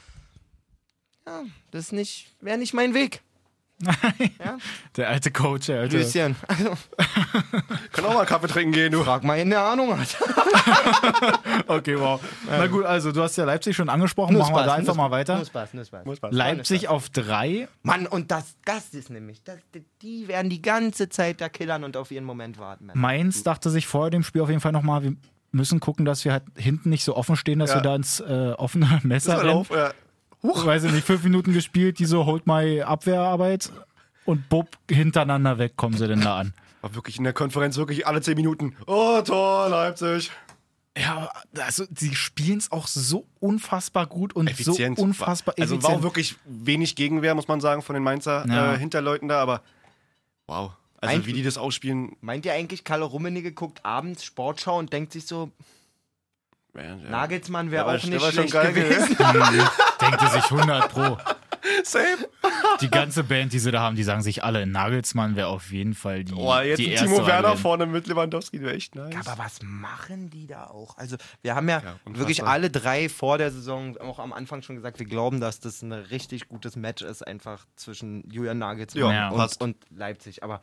Speaker 3: ja, das ist nicht, wäre nicht mein Weg.
Speaker 4: Der alte Coach, der alte.
Speaker 3: Löschen. Also,
Speaker 2: Kann auch mal Kaffee trinken
Speaker 3: *laughs*
Speaker 2: gehen, du.
Speaker 3: frag mal, in der Ahnung hat.
Speaker 4: Okay, wow. Na gut, also du hast *laughs* ja Leipzig schon angesprochen, machen wir da einfach mal weiter.
Speaker 3: Nur Spaß, nur Spaß.
Speaker 4: Leipzig auf drei.
Speaker 3: Mann, und das, das ist nämlich, das, die werden die ganze Zeit da killern und auf ihren Moment warten. Mann.
Speaker 4: Mainz dachte sich vor dem Spiel auf jeden Fall nochmal, wir müssen gucken, dass wir halt hinten nicht so offen stehen, dass
Speaker 2: Ja.
Speaker 4: wir da ins äh, offene *laughs* Messer rennen.
Speaker 2: Lauf, äh,
Speaker 4: Huch. Weiß ich nicht, fünf Minuten gespielt, diese Hold My Abwehrarbeit und bupp, hintereinander weg kommen sie denn da an.
Speaker 2: war wirklich in der Konferenz wirklich alle zehn Minuten. Oh, Tor, Leipzig.
Speaker 4: Ja, also die spielen es auch so unfassbar gut und
Speaker 2: Effizient.
Speaker 4: so unfassbar
Speaker 2: Also war auch wirklich wenig Gegenwehr, muss man sagen, von den Mainzer
Speaker 4: Ja.
Speaker 2: äh, Hinterleuten da, aber wow. Also
Speaker 3: Ein-
Speaker 2: wie die das ausspielen.
Speaker 3: Meint ihr eigentlich, Carlo Rummenigge guckt abends Sportschau und denkt sich so,
Speaker 2: Ja, ja.
Speaker 3: Nagelsmann wäre
Speaker 2: Der war-
Speaker 3: auch
Speaker 2: der
Speaker 3: nicht
Speaker 2: war schon
Speaker 3: schlecht
Speaker 2: geil
Speaker 3: gewesen?
Speaker 2: *laughs*
Speaker 4: Denkt sich 100 pro.
Speaker 2: Safe.
Speaker 4: Die ganze Band, die sie da haben, die sagen sich alle, Nagelsmann wäre auf jeden Fall die,
Speaker 2: Boah, jetzt
Speaker 4: die
Speaker 2: ein
Speaker 4: erste
Speaker 2: Timo
Speaker 4: Wahl
Speaker 2: Werner
Speaker 4: gewesen.
Speaker 2: vorne mit Lewandowski, wäre echt nice.
Speaker 3: *laughs* Aber was machen die da auch? Also, wir haben ja,
Speaker 2: unfassbar.
Speaker 3: wirklich alle drei vor der Saison auch am Anfang schon gesagt, wir glauben, dass das ein richtig gutes Match ist, einfach zwischen Julian Nagelsmann
Speaker 4: Ja,
Speaker 3: und,
Speaker 2: passt.
Speaker 3: und Leipzig. Aber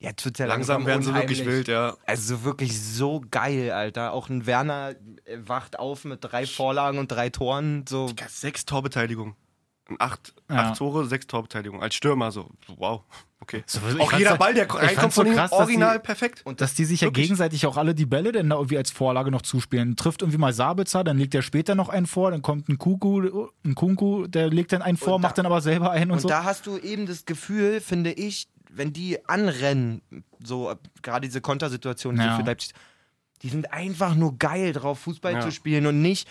Speaker 3: jetzt wird ja langsam,
Speaker 2: Langsam werden sie wirklich
Speaker 3: unheimlich.
Speaker 2: wild, ja.
Speaker 3: Also wirklich so geil, Alter. Auch ein Werner äh, wacht auf mit drei Vorlagen und drei Toren. So.
Speaker 2: Ja, Sechs Torbeteiligung. Und Acht,
Speaker 4: Ja.
Speaker 2: acht Tore, sechs Torbeteiligung. Als Stürmer so. Wow. Okay.
Speaker 4: So, ich
Speaker 2: auch
Speaker 4: fand's
Speaker 2: jeder
Speaker 4: halt-
Speaker 2: Ball, der
Speaker 4: ich
Speaker 2: reinkommt
Speaker 4: fand's so
Speaker 2: von ihm,
Speaker 4: krass, dass die-
Speaker 2: original perfekt.
Speaker 3: Und
Speaker 4: Dass die sich ja
Speaker 2: Wirklich?
Speaker 4: gegenseitig auch alle die Bälle denn da irgendwie als Vorlage noch zuspielen. Trifft irgendwie mal Sabitzer, dann legt der später noch einen vor, dann kommt ein Kuku, ein Kunku, der legt dann einen vor,
Speaker 3: Und da-
Speaker 4: macht dann aber selber einen und,
Speaker 3: Und
Speaker 4: so.
Speaker 3: da hast du eben das Gefühl, finde ich, wenn die anrennen, so äh, gerade diese Kontersituation die
Speaker 4: Ja.
Speaker 3: für Leipzig, die sind einfach nur geil drauf, Fußball
Speaker 2: Ja.
Speaker 3: zu spielen und nicht.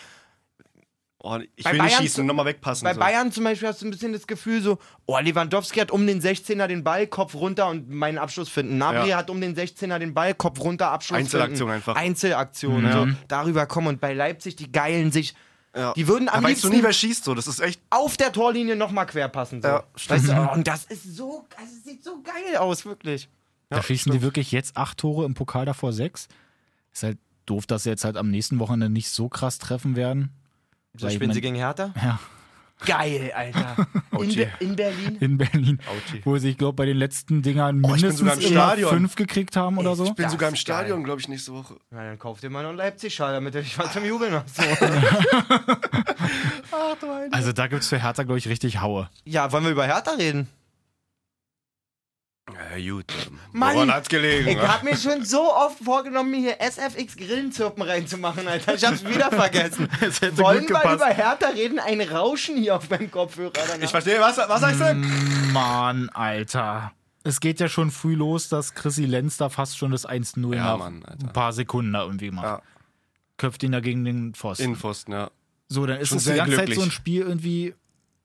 Speaker 2: Oh, ich
Speaker 3: Bei
Speaker 2: will nicht
Speaker 3: Bayern
Speaker 2: schießen,
Speaker 3: zu-
Speaker 2: nochmal wegpassen.
Speaker 3: Bei
Speaker 2: so.
Speaker 3: Bayern zum Beispiel hast du ein bisschen das Gefühl so, oh, Lewandowski hat um den 16er den Ball, Kopf runter und meinen Abschluss finden. Nabri
Speaker 2: Ja.
Speaker 3: hat um den 16er den Ball, Kopf runter, Abschluss
Speaker 2: Einzelaktion
Speaker 3: finden.
Speaker 2: einfach.
Speaker 3: Einzelaktion, so, darüber kommen. Und bei Leipzig, die geilen sich,
Speaker 2: Ja.
Speaker 3: die würden
Speaker 2: da
Speaker 3: am
Speaker 2: weißt du
Speaker 3: liebsten
Speaker 2: nie, wer schießt. So. Das ist echt.
Speaker 3: auf der Torlinie nochmal quer passen. So.
Speaker 2: Ja,
Speaker 3: weißt du, oh, und das ist so, also, das sieht so geil aus, wirklich.
Speaker 4: da schießen die wirklich jetzt acht Tore im Pokal davor sechs. Ist halt doof, dass sie jetzt halt am nächsten Wochenende nicht so krass treffen werden.
Speaker 3: So
Speaker 4: Weil ich
Speaker 3: spielen sie
Speaker 4: mein-
Speaker 3: gegen Hertha?
Speaker 4: Ja.
Speaker 3: geil,
Speaker 2: *laughs*
Speaker 3: Alter.
Speaker 2: Oh,
Speaker 3: In, Be in Berlin.
Speaker 4: in Berlin,
Speaker 2: Auti.
Speaker 4: wo sie, ich glaube, bei den letzten Dingern
Speaker 2: Oh, ich bin sogar
Speaker 4: mindestens
Speaker 2: im
Speaker 4: immer
Speaker 2: Stadion.
Speaker 4: fünf gekriegt haben oder so.
Speaker 2: Ich bin
Speaker 3: Das
Speaker 2: sogar im
Speaker 3: ist geil.
Speaker 2: Stadion, glaube ich, nächste Woche.
Speaker 3: Na, dann kauf dir mal noch einen Leipzig-Schal, damit du dich mal zum Jubeln
Speaker 2: *laughs*
Speaker 3: hast.
Speaker 4: Also da gibt es für Hertha, glaube ich, richtig Haue.
Speaker 3: Ja, wollen wir über Hertha reden?
Speaker 2: Ja, gut.
Speaker 3: Mann,
Speaker 2: Woran hat's gelegen?
Speaker 3: Ich
Speaker 2: wa?
Speaker 3: hab mir schon so oft vorgenommen, mir hier SFX Grillenzirpen reinzumachen, Alter. Ich hab's wieder vergessen.
Speaker 4: hätte
Speaker 3: Wollen
Speaker 4: gut
Speaker 3: wir
Speaker 4: gepasst.
Speaker 3: über Hertha reden? Ein Rauschen hier auf meinem Kopfhörer. danach.
Speaker 2: Ich verstehe, was, was sagst du?
Speaker 4: Mm. Mann, Alter. Es geht ja schon früh los, dass Chrissy Lenz da fast schon das 1-0
Speaker 2: Ja,
Speaker 4: nach
Speaker 2: Mann, Alter.
Speaker 4: ein paar Sekunden da irgendwie macht.
Speaker 2: Ja.
Speaker 4: Köpft ihn da gegen den Pfosten.
Speaker 2: Innenpfosten, ja.
Speaker 4: so, dann ist
Speaker 2: schon
Speaker 4: es die
Speaker 2: sehr
Speaker 4: ganze Zeit
Speaker 2: glücklich.
Speaker 4: so ein Spiel irgendwie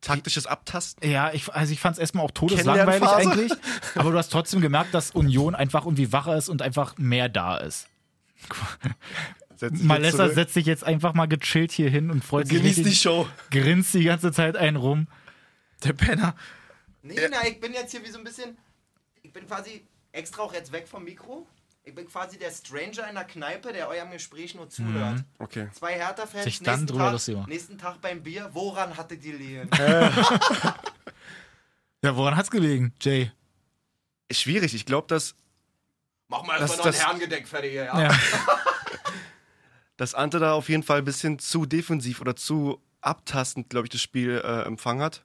Speaker 2: Taktisches Abtasten.
Speaker 4: Ja, ich, also ich fand es erstmal auch todeslangweilig eigentlich.
Speaker 2: Kennenlernphase.
Speaker 4: Aber du hast trotzdem gemerkt, dass Union einfach irgendwie wacher ist und einfach mehr da ist.
Speaker 2: Setz dich jetzt
Speaker 4: Malessa
Speaker 2: zurück.
Speaker 4: setzt sich jetzt einfach mal gechillt hier hin und freut sich
Speaker 2: Genieß die
Speaker 4: richtig,
Speaker 2: Show.
Speaker 4: grinst die ganze Zeit einen rum. Der Penner.
Speaker 3: Nee, na, ich bin jetzt hier wie so ein bisschen. Ich bin quasi extra auch jetzt weg vom Mikro. Ich bin quasi der Stranger in der Kneipe, der eurem Gespräch nur zuhört.
Speaker 2: Okay.
Speaker 3: Zwei Hertha-Fans.
Speaker 4: Sich
Speaker 3: Nächsten,
Speaker 4: dann drüber lustig
Speaker 3: Tag-
Speaker 4: machen.
Speaker 3: nächsten Tag beim Bier. Woran hatte die Lehen?
Speaker 4: Ja, woran hat's gelegen, Jay?
Speaker 2: Schwierig. Ich glaube, dass,
Speaker 3: Mach mal
Speaker 2: Das-
Speaker 3: erstmal noch
Speaker 2: das-
Speaker 3: ein Herrengedeck fertig hier,
Speaker 2: Ah.
Speaker 3: ja?
Speaker 4: Ja.
Speaker 2: dass Ante da auf jeden Fall ein bisschen zu defensiv oder zu abtastend, glaube ich, das Spiel äh, empfangen hat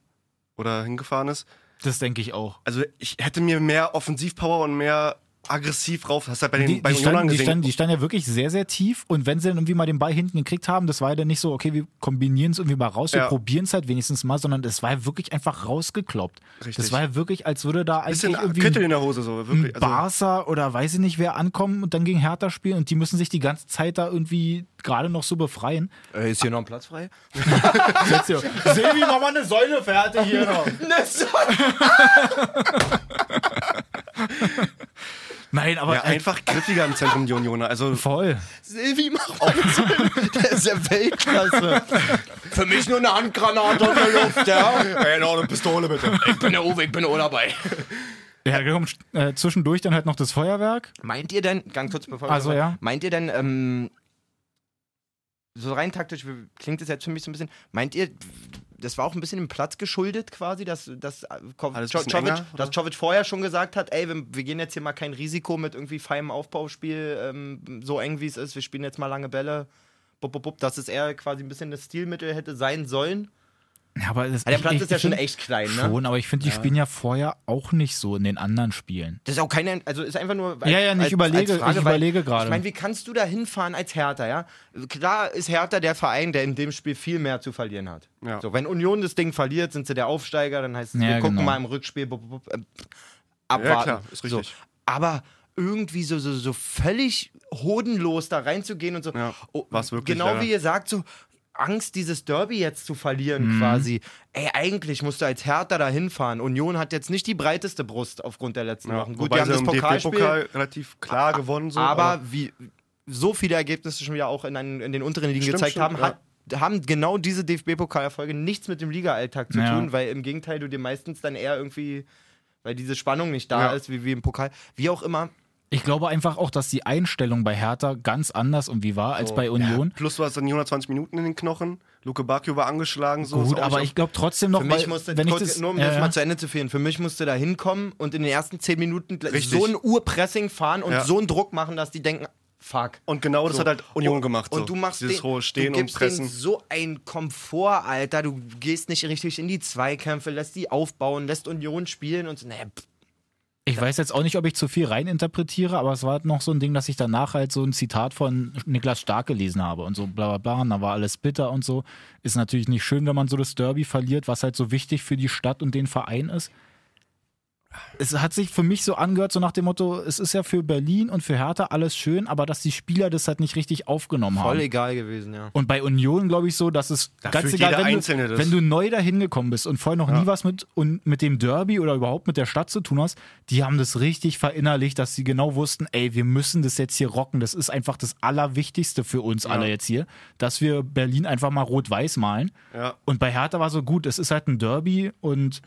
Speaker 2: oder hingefahren ist.
Speaker 4: Das denke ich auch.
Speaker 2: Also ich hätte mir mehr Offensivpower und mehr aggressiv rauf. Hast du halt bei den
Speaker 4: Die,
Speaker 2: bei
Speaker 4: die,
Speaker 2: Unionern
Speaker 4: standen, die,
Speaker 2: gesehen.
Speaker 4: standen, die standen ja wirklich sehr, sehr tief. Und wenn sie dann irgendwie mal den Ball hinten gekriegt haben, das war ja dann nicht so, okay, wir kombinieren es irgendwie mal raus, wir
Speaker 2: Ja.
Speaker 4: probieren es halt wenigstens mal, sondern das war ja wirklich einfach rausgekloppt. Das
Speaker 2: Richtig.
Speaker 4: war ja wirklich, als würde da eigentlich
Speaker 2: bisschen
Speaker 4: irgendwie
Speaker 2: Kittel in der Hose so
Speaker 4: ein
Speaker 2: wirklich. Also,
Speaker 4: Barca oder weiß ich nicht wer ankommen und dann gegen Hertha spielen und die müssen sich die ganze Zeit da irgendwie gerade noch so
Speaker 2: *laughs*
Speaker 4: befreien.
Speaker 3: Äh, ist hier noch ein Platz *laughs* frei?
Speaker 4: Silvi, mach mal eine Säule fertig hier noch.
Speaker 3: Ne,
Speaker 4: Nein, aber halt
Speaker 2: ja, einfach griffiger im Zentrum die Unioner.
Speaker 4: *laughs*
Speaker 2: Also
Speaker 4: voll.
Speaker 3: Silvi, mach auf. Der ist ja Weltklasse. Für mich nur eine Handgranate in der Luft, ja?
Speaker 2: ey, noch eine Pistole bitte.
Speaker 3: Ich bin der Uwe, ich bin auch dabei.
Speaker 4: Ja, komm, äh, zwischendurch dann halt noch das Feuerwerk.
Speaker 3: Meint ihr denn, ganz kurz bevor wir
Speaker 4: Also, ja.
Speaker 3: meint ihr denn, ähm, so rein taktisch wie- klingt es jetzt für mich so ein bisschen, meint ihr, das war auch ein bisschen dem Platz geschuldet quasi, dass, dass, äh, Ko-
Speaker 2: Alles
Speaker 3: Jo-
Speaker 2: bisschen
Speaker 3: Jovic,
Speaker 2: enger, oder?
Speaker 3: dass Jovic vorher schon gesagt hat, ey, wir, wir gehen jetzt hier mal kein Risiko mit irgendwie feinem Aufbauspiel, ähm, so eng wie es ist, wir spielen jetzt mal lange Bälle, bup, bup, bup, dass es eher quasi ein bisschen das Stilmittel hätte sein sollen.
Speaker 4: Ja, aber das,
Speaker 3: Aber der Platz
Speaker 4: ich-
Speaker 3: ist ja
Speaker 4: ich
Speaker 3: schon
Speaker 4: find-
Speaker 3: echt klein, ne?
Speaker 4: Schon, aber ich finde, die spielen ja vorher auch nicht so in den anderen Spielen.
Speaker 3: Das ist auch keine, also ist einfach nur.
Speaker 4: Ja, ja, nee, ich überlege- ich
Speaker 3: weil
Speaker 4: überlege gerade.
Speaker 3: Ich meine, wie kannst du da hinfahren als Hertha, ja? Klar ist Hertha der Verein, der in dem Spiel viel mehr zu verlieren hat.
Speaker 2: Ja.
Speaker 3: So, wenn Union das Ding verliert, sind sie der Aufsteiger, dann heißt es,
Speaker 4: Ja,
Speaker 3: wir gucken
Speaker 4: genau.
Speaker 3: mal im Rückspiel. Bup, bup, bup, äh, abwarten.
Speaker 2: Ja, klar, ist richtig.
Speaker 3: So. Aber irgendwie so, so, so völlig hodenlos da reinzugehen und so.
Speaker 2: Ja,
Speaker 3: Oh,
Speaker 2: war's wirklich,
Speaker 3: Genau
Speaker 2: leider.
Speaker 3: wie ihr sagt, so. Angst, dieses Derby jetzt zu verlieren,
Speaker 4: Mhm.
Speaker 3: quasi. Ey, eigentlich musst du als Hertha da hinfahren. Union hat jetzt nicht die breiteste Brust aufgrund der letzten
Speaker 2: Ja,
Speaker 3: Wochen. Gut,
Speaker 2: wobei
Speaker 3: die haben
Speaker 2: sie
Speaker 3: das
Speaker 2: im
Speaker 3: Pokalspiel,
Speaker 2: DFB-Pokal relativ klar gewonnen. So,
Speaker 3: aber wie so viele Ergebnisse schon wieder auch in, einen, in den unteren Ligen
Speaker 2: Stimmt,
Speaker 3: gezeigt
Speaker 2: stimmt,
Speaker 3: haben, hat, haben genau diese DFB-Pokalerfolge nichts mit dem Liga-Alltag zu
Speaker 4: Ja.
Speaker 3: tun, weil im Gegenteil du dir meistens dann eher irgendwie, weil diese Spannung nicht da
Speaker 2: Ja.
Speaker 3: ist, wie, wie im Pokal. Wie auch immer,
Speaker 4: Ich glaube einfach auch, dass die Einstellung bei Hertha ganz anders irgendwie war als bei Union.
Speaker 2: Plus du hast dann 120 Minuten in den Knochen. Luke Bakio war angeschlagen. So, ist
Speaker 4: Gut,
Speaker 2: auch
Speaker 4: aber
Speaker 2: nicht
Speaker 4: ich glaube trotzdem noch,
Speaker 3: Für mich
Speaker 4: weil-
Speaker 3: musste,
Speaker 4: wenn ich
Speaker 3: kurz,
Speaker 4: das,
Speaker 3: nur um
Speaker 4: ja,
Speaker 3: das
Speaker 4: ja.
Speaker 3: mal zu Ende zu führen, für mich musste da hinkommen und in den ersten zehn Minuten gl-
Speaker 2: Richtig.
Speaker 3: so ein Urpressing fahren und
Speaker 2: Ja.
Speaker 3: so einen Druck machen, dass die denken, fuck.
Speaker 2: Und genau das
Speaker 3: So.
Speaker 2: hat halt Union gemacht. so.
Speaker 3: Und du machst
Speaker 2: dieses
Speaker 3: den,
Speaker 2: hohe Stehen
Speaker 3: du
Speaker 2: und
Speaker 3: gibst
Speaker 2: Pressen.
Speaker 3: denen so ein Komfort, Alter. Du gehst nicht richtig in die Zweikämpfe, lässt die aufbauen, lässt Union spielen und so. Naja, pff,
Speaker 4: Ich weiß jetzt auch nicht, ob ich zu viel reininterpretiere, aber es war halt noch so ein Ding, dass ich danach halt so ein Zitat von Niklas Stark gelesen habe und so bla bla bla, und da war alles bitter und so. Ist natürlich nicht schön, wenn man so das Derby verliert, was halt so wichtig für die Stadt und den Verein ist. Es hat sich für mich so angehört, so nach dem Motto, es ist ja für Berlin und für Hertha alles schön, aber dass die Spieler das halt nicht richtig aufgenommen haben.
Speaker 3: voll egal gewesen, ja.
Speaker 4: Und bei Union glaube ich so, dass es
Speaker 2: Da
Speaker 4: ganz
Speaker 2: fühlt
Speaker 4: egal,
Speaker 2: jeder
Speaker 4: wenn
Speaker 2: Einzelne
Speaker 4: du,
Speaker 2: das.
Speaker 4: wenn du neu da hingekommen bist und vorher noch nie was mit, und mit dem Derby oder überhaupt mit der Stadt zu tun hast, die haben das richtig verinnerlicht, dass sie genau wussten, ey, wir müssen das jetzt hier rocken. Das ist einfach das Allerwichtigste für uns alle jetzt hier, dass wir Berlin einfach mal rot-weiß malen.
Speaker 2: Ja.
Speaker 4: Und bei Hertha war so gut, es ist halt ein Derby und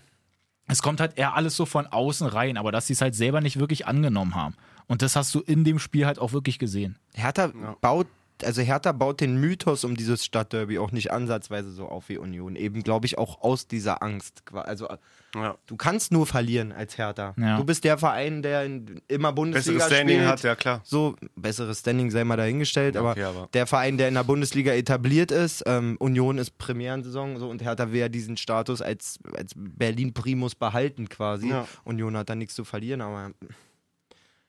Speaker 4: es kommt halt eher alles so von außen rein, aber dass sie es halt selber nicht wirklich angenommen haben. Und das hast du in dem Spiel halt auch wirklich gesehen.
Speaker 3: Hertha baut nicht, also Hertha baut den Mythos um dieses Stadtderby auch nicht ansatzweise so auf wie Union. Eben, glaube ich, auch aus dieser Angst. qua- Also äh,
Speaker 2: Ja.
Speaker 3: du kannst nur verlieren als Hertha.
Speaker 4: Ja.
Speaker 3: Du bist der Verein, der in, immer Bundesliga
Speaker 2: Besseres Standing
Speaker 3: spielt.
Speaker 2: hat, ja klar.
Speaker 3: So, besseres Standing sei mal dahingestellt, aber,
Speaker 2: okay, aber-
Speaker 3: der Verein, der in der Bundesliga etabliert ist, ähm, Union ist Premierensaison so, und Hertha will ja diesen Status als, als Berlin-Primus behalten quasi.
Speaker 2: Ja.
Speaker 3: Union hat da nichts zu verlieren, aber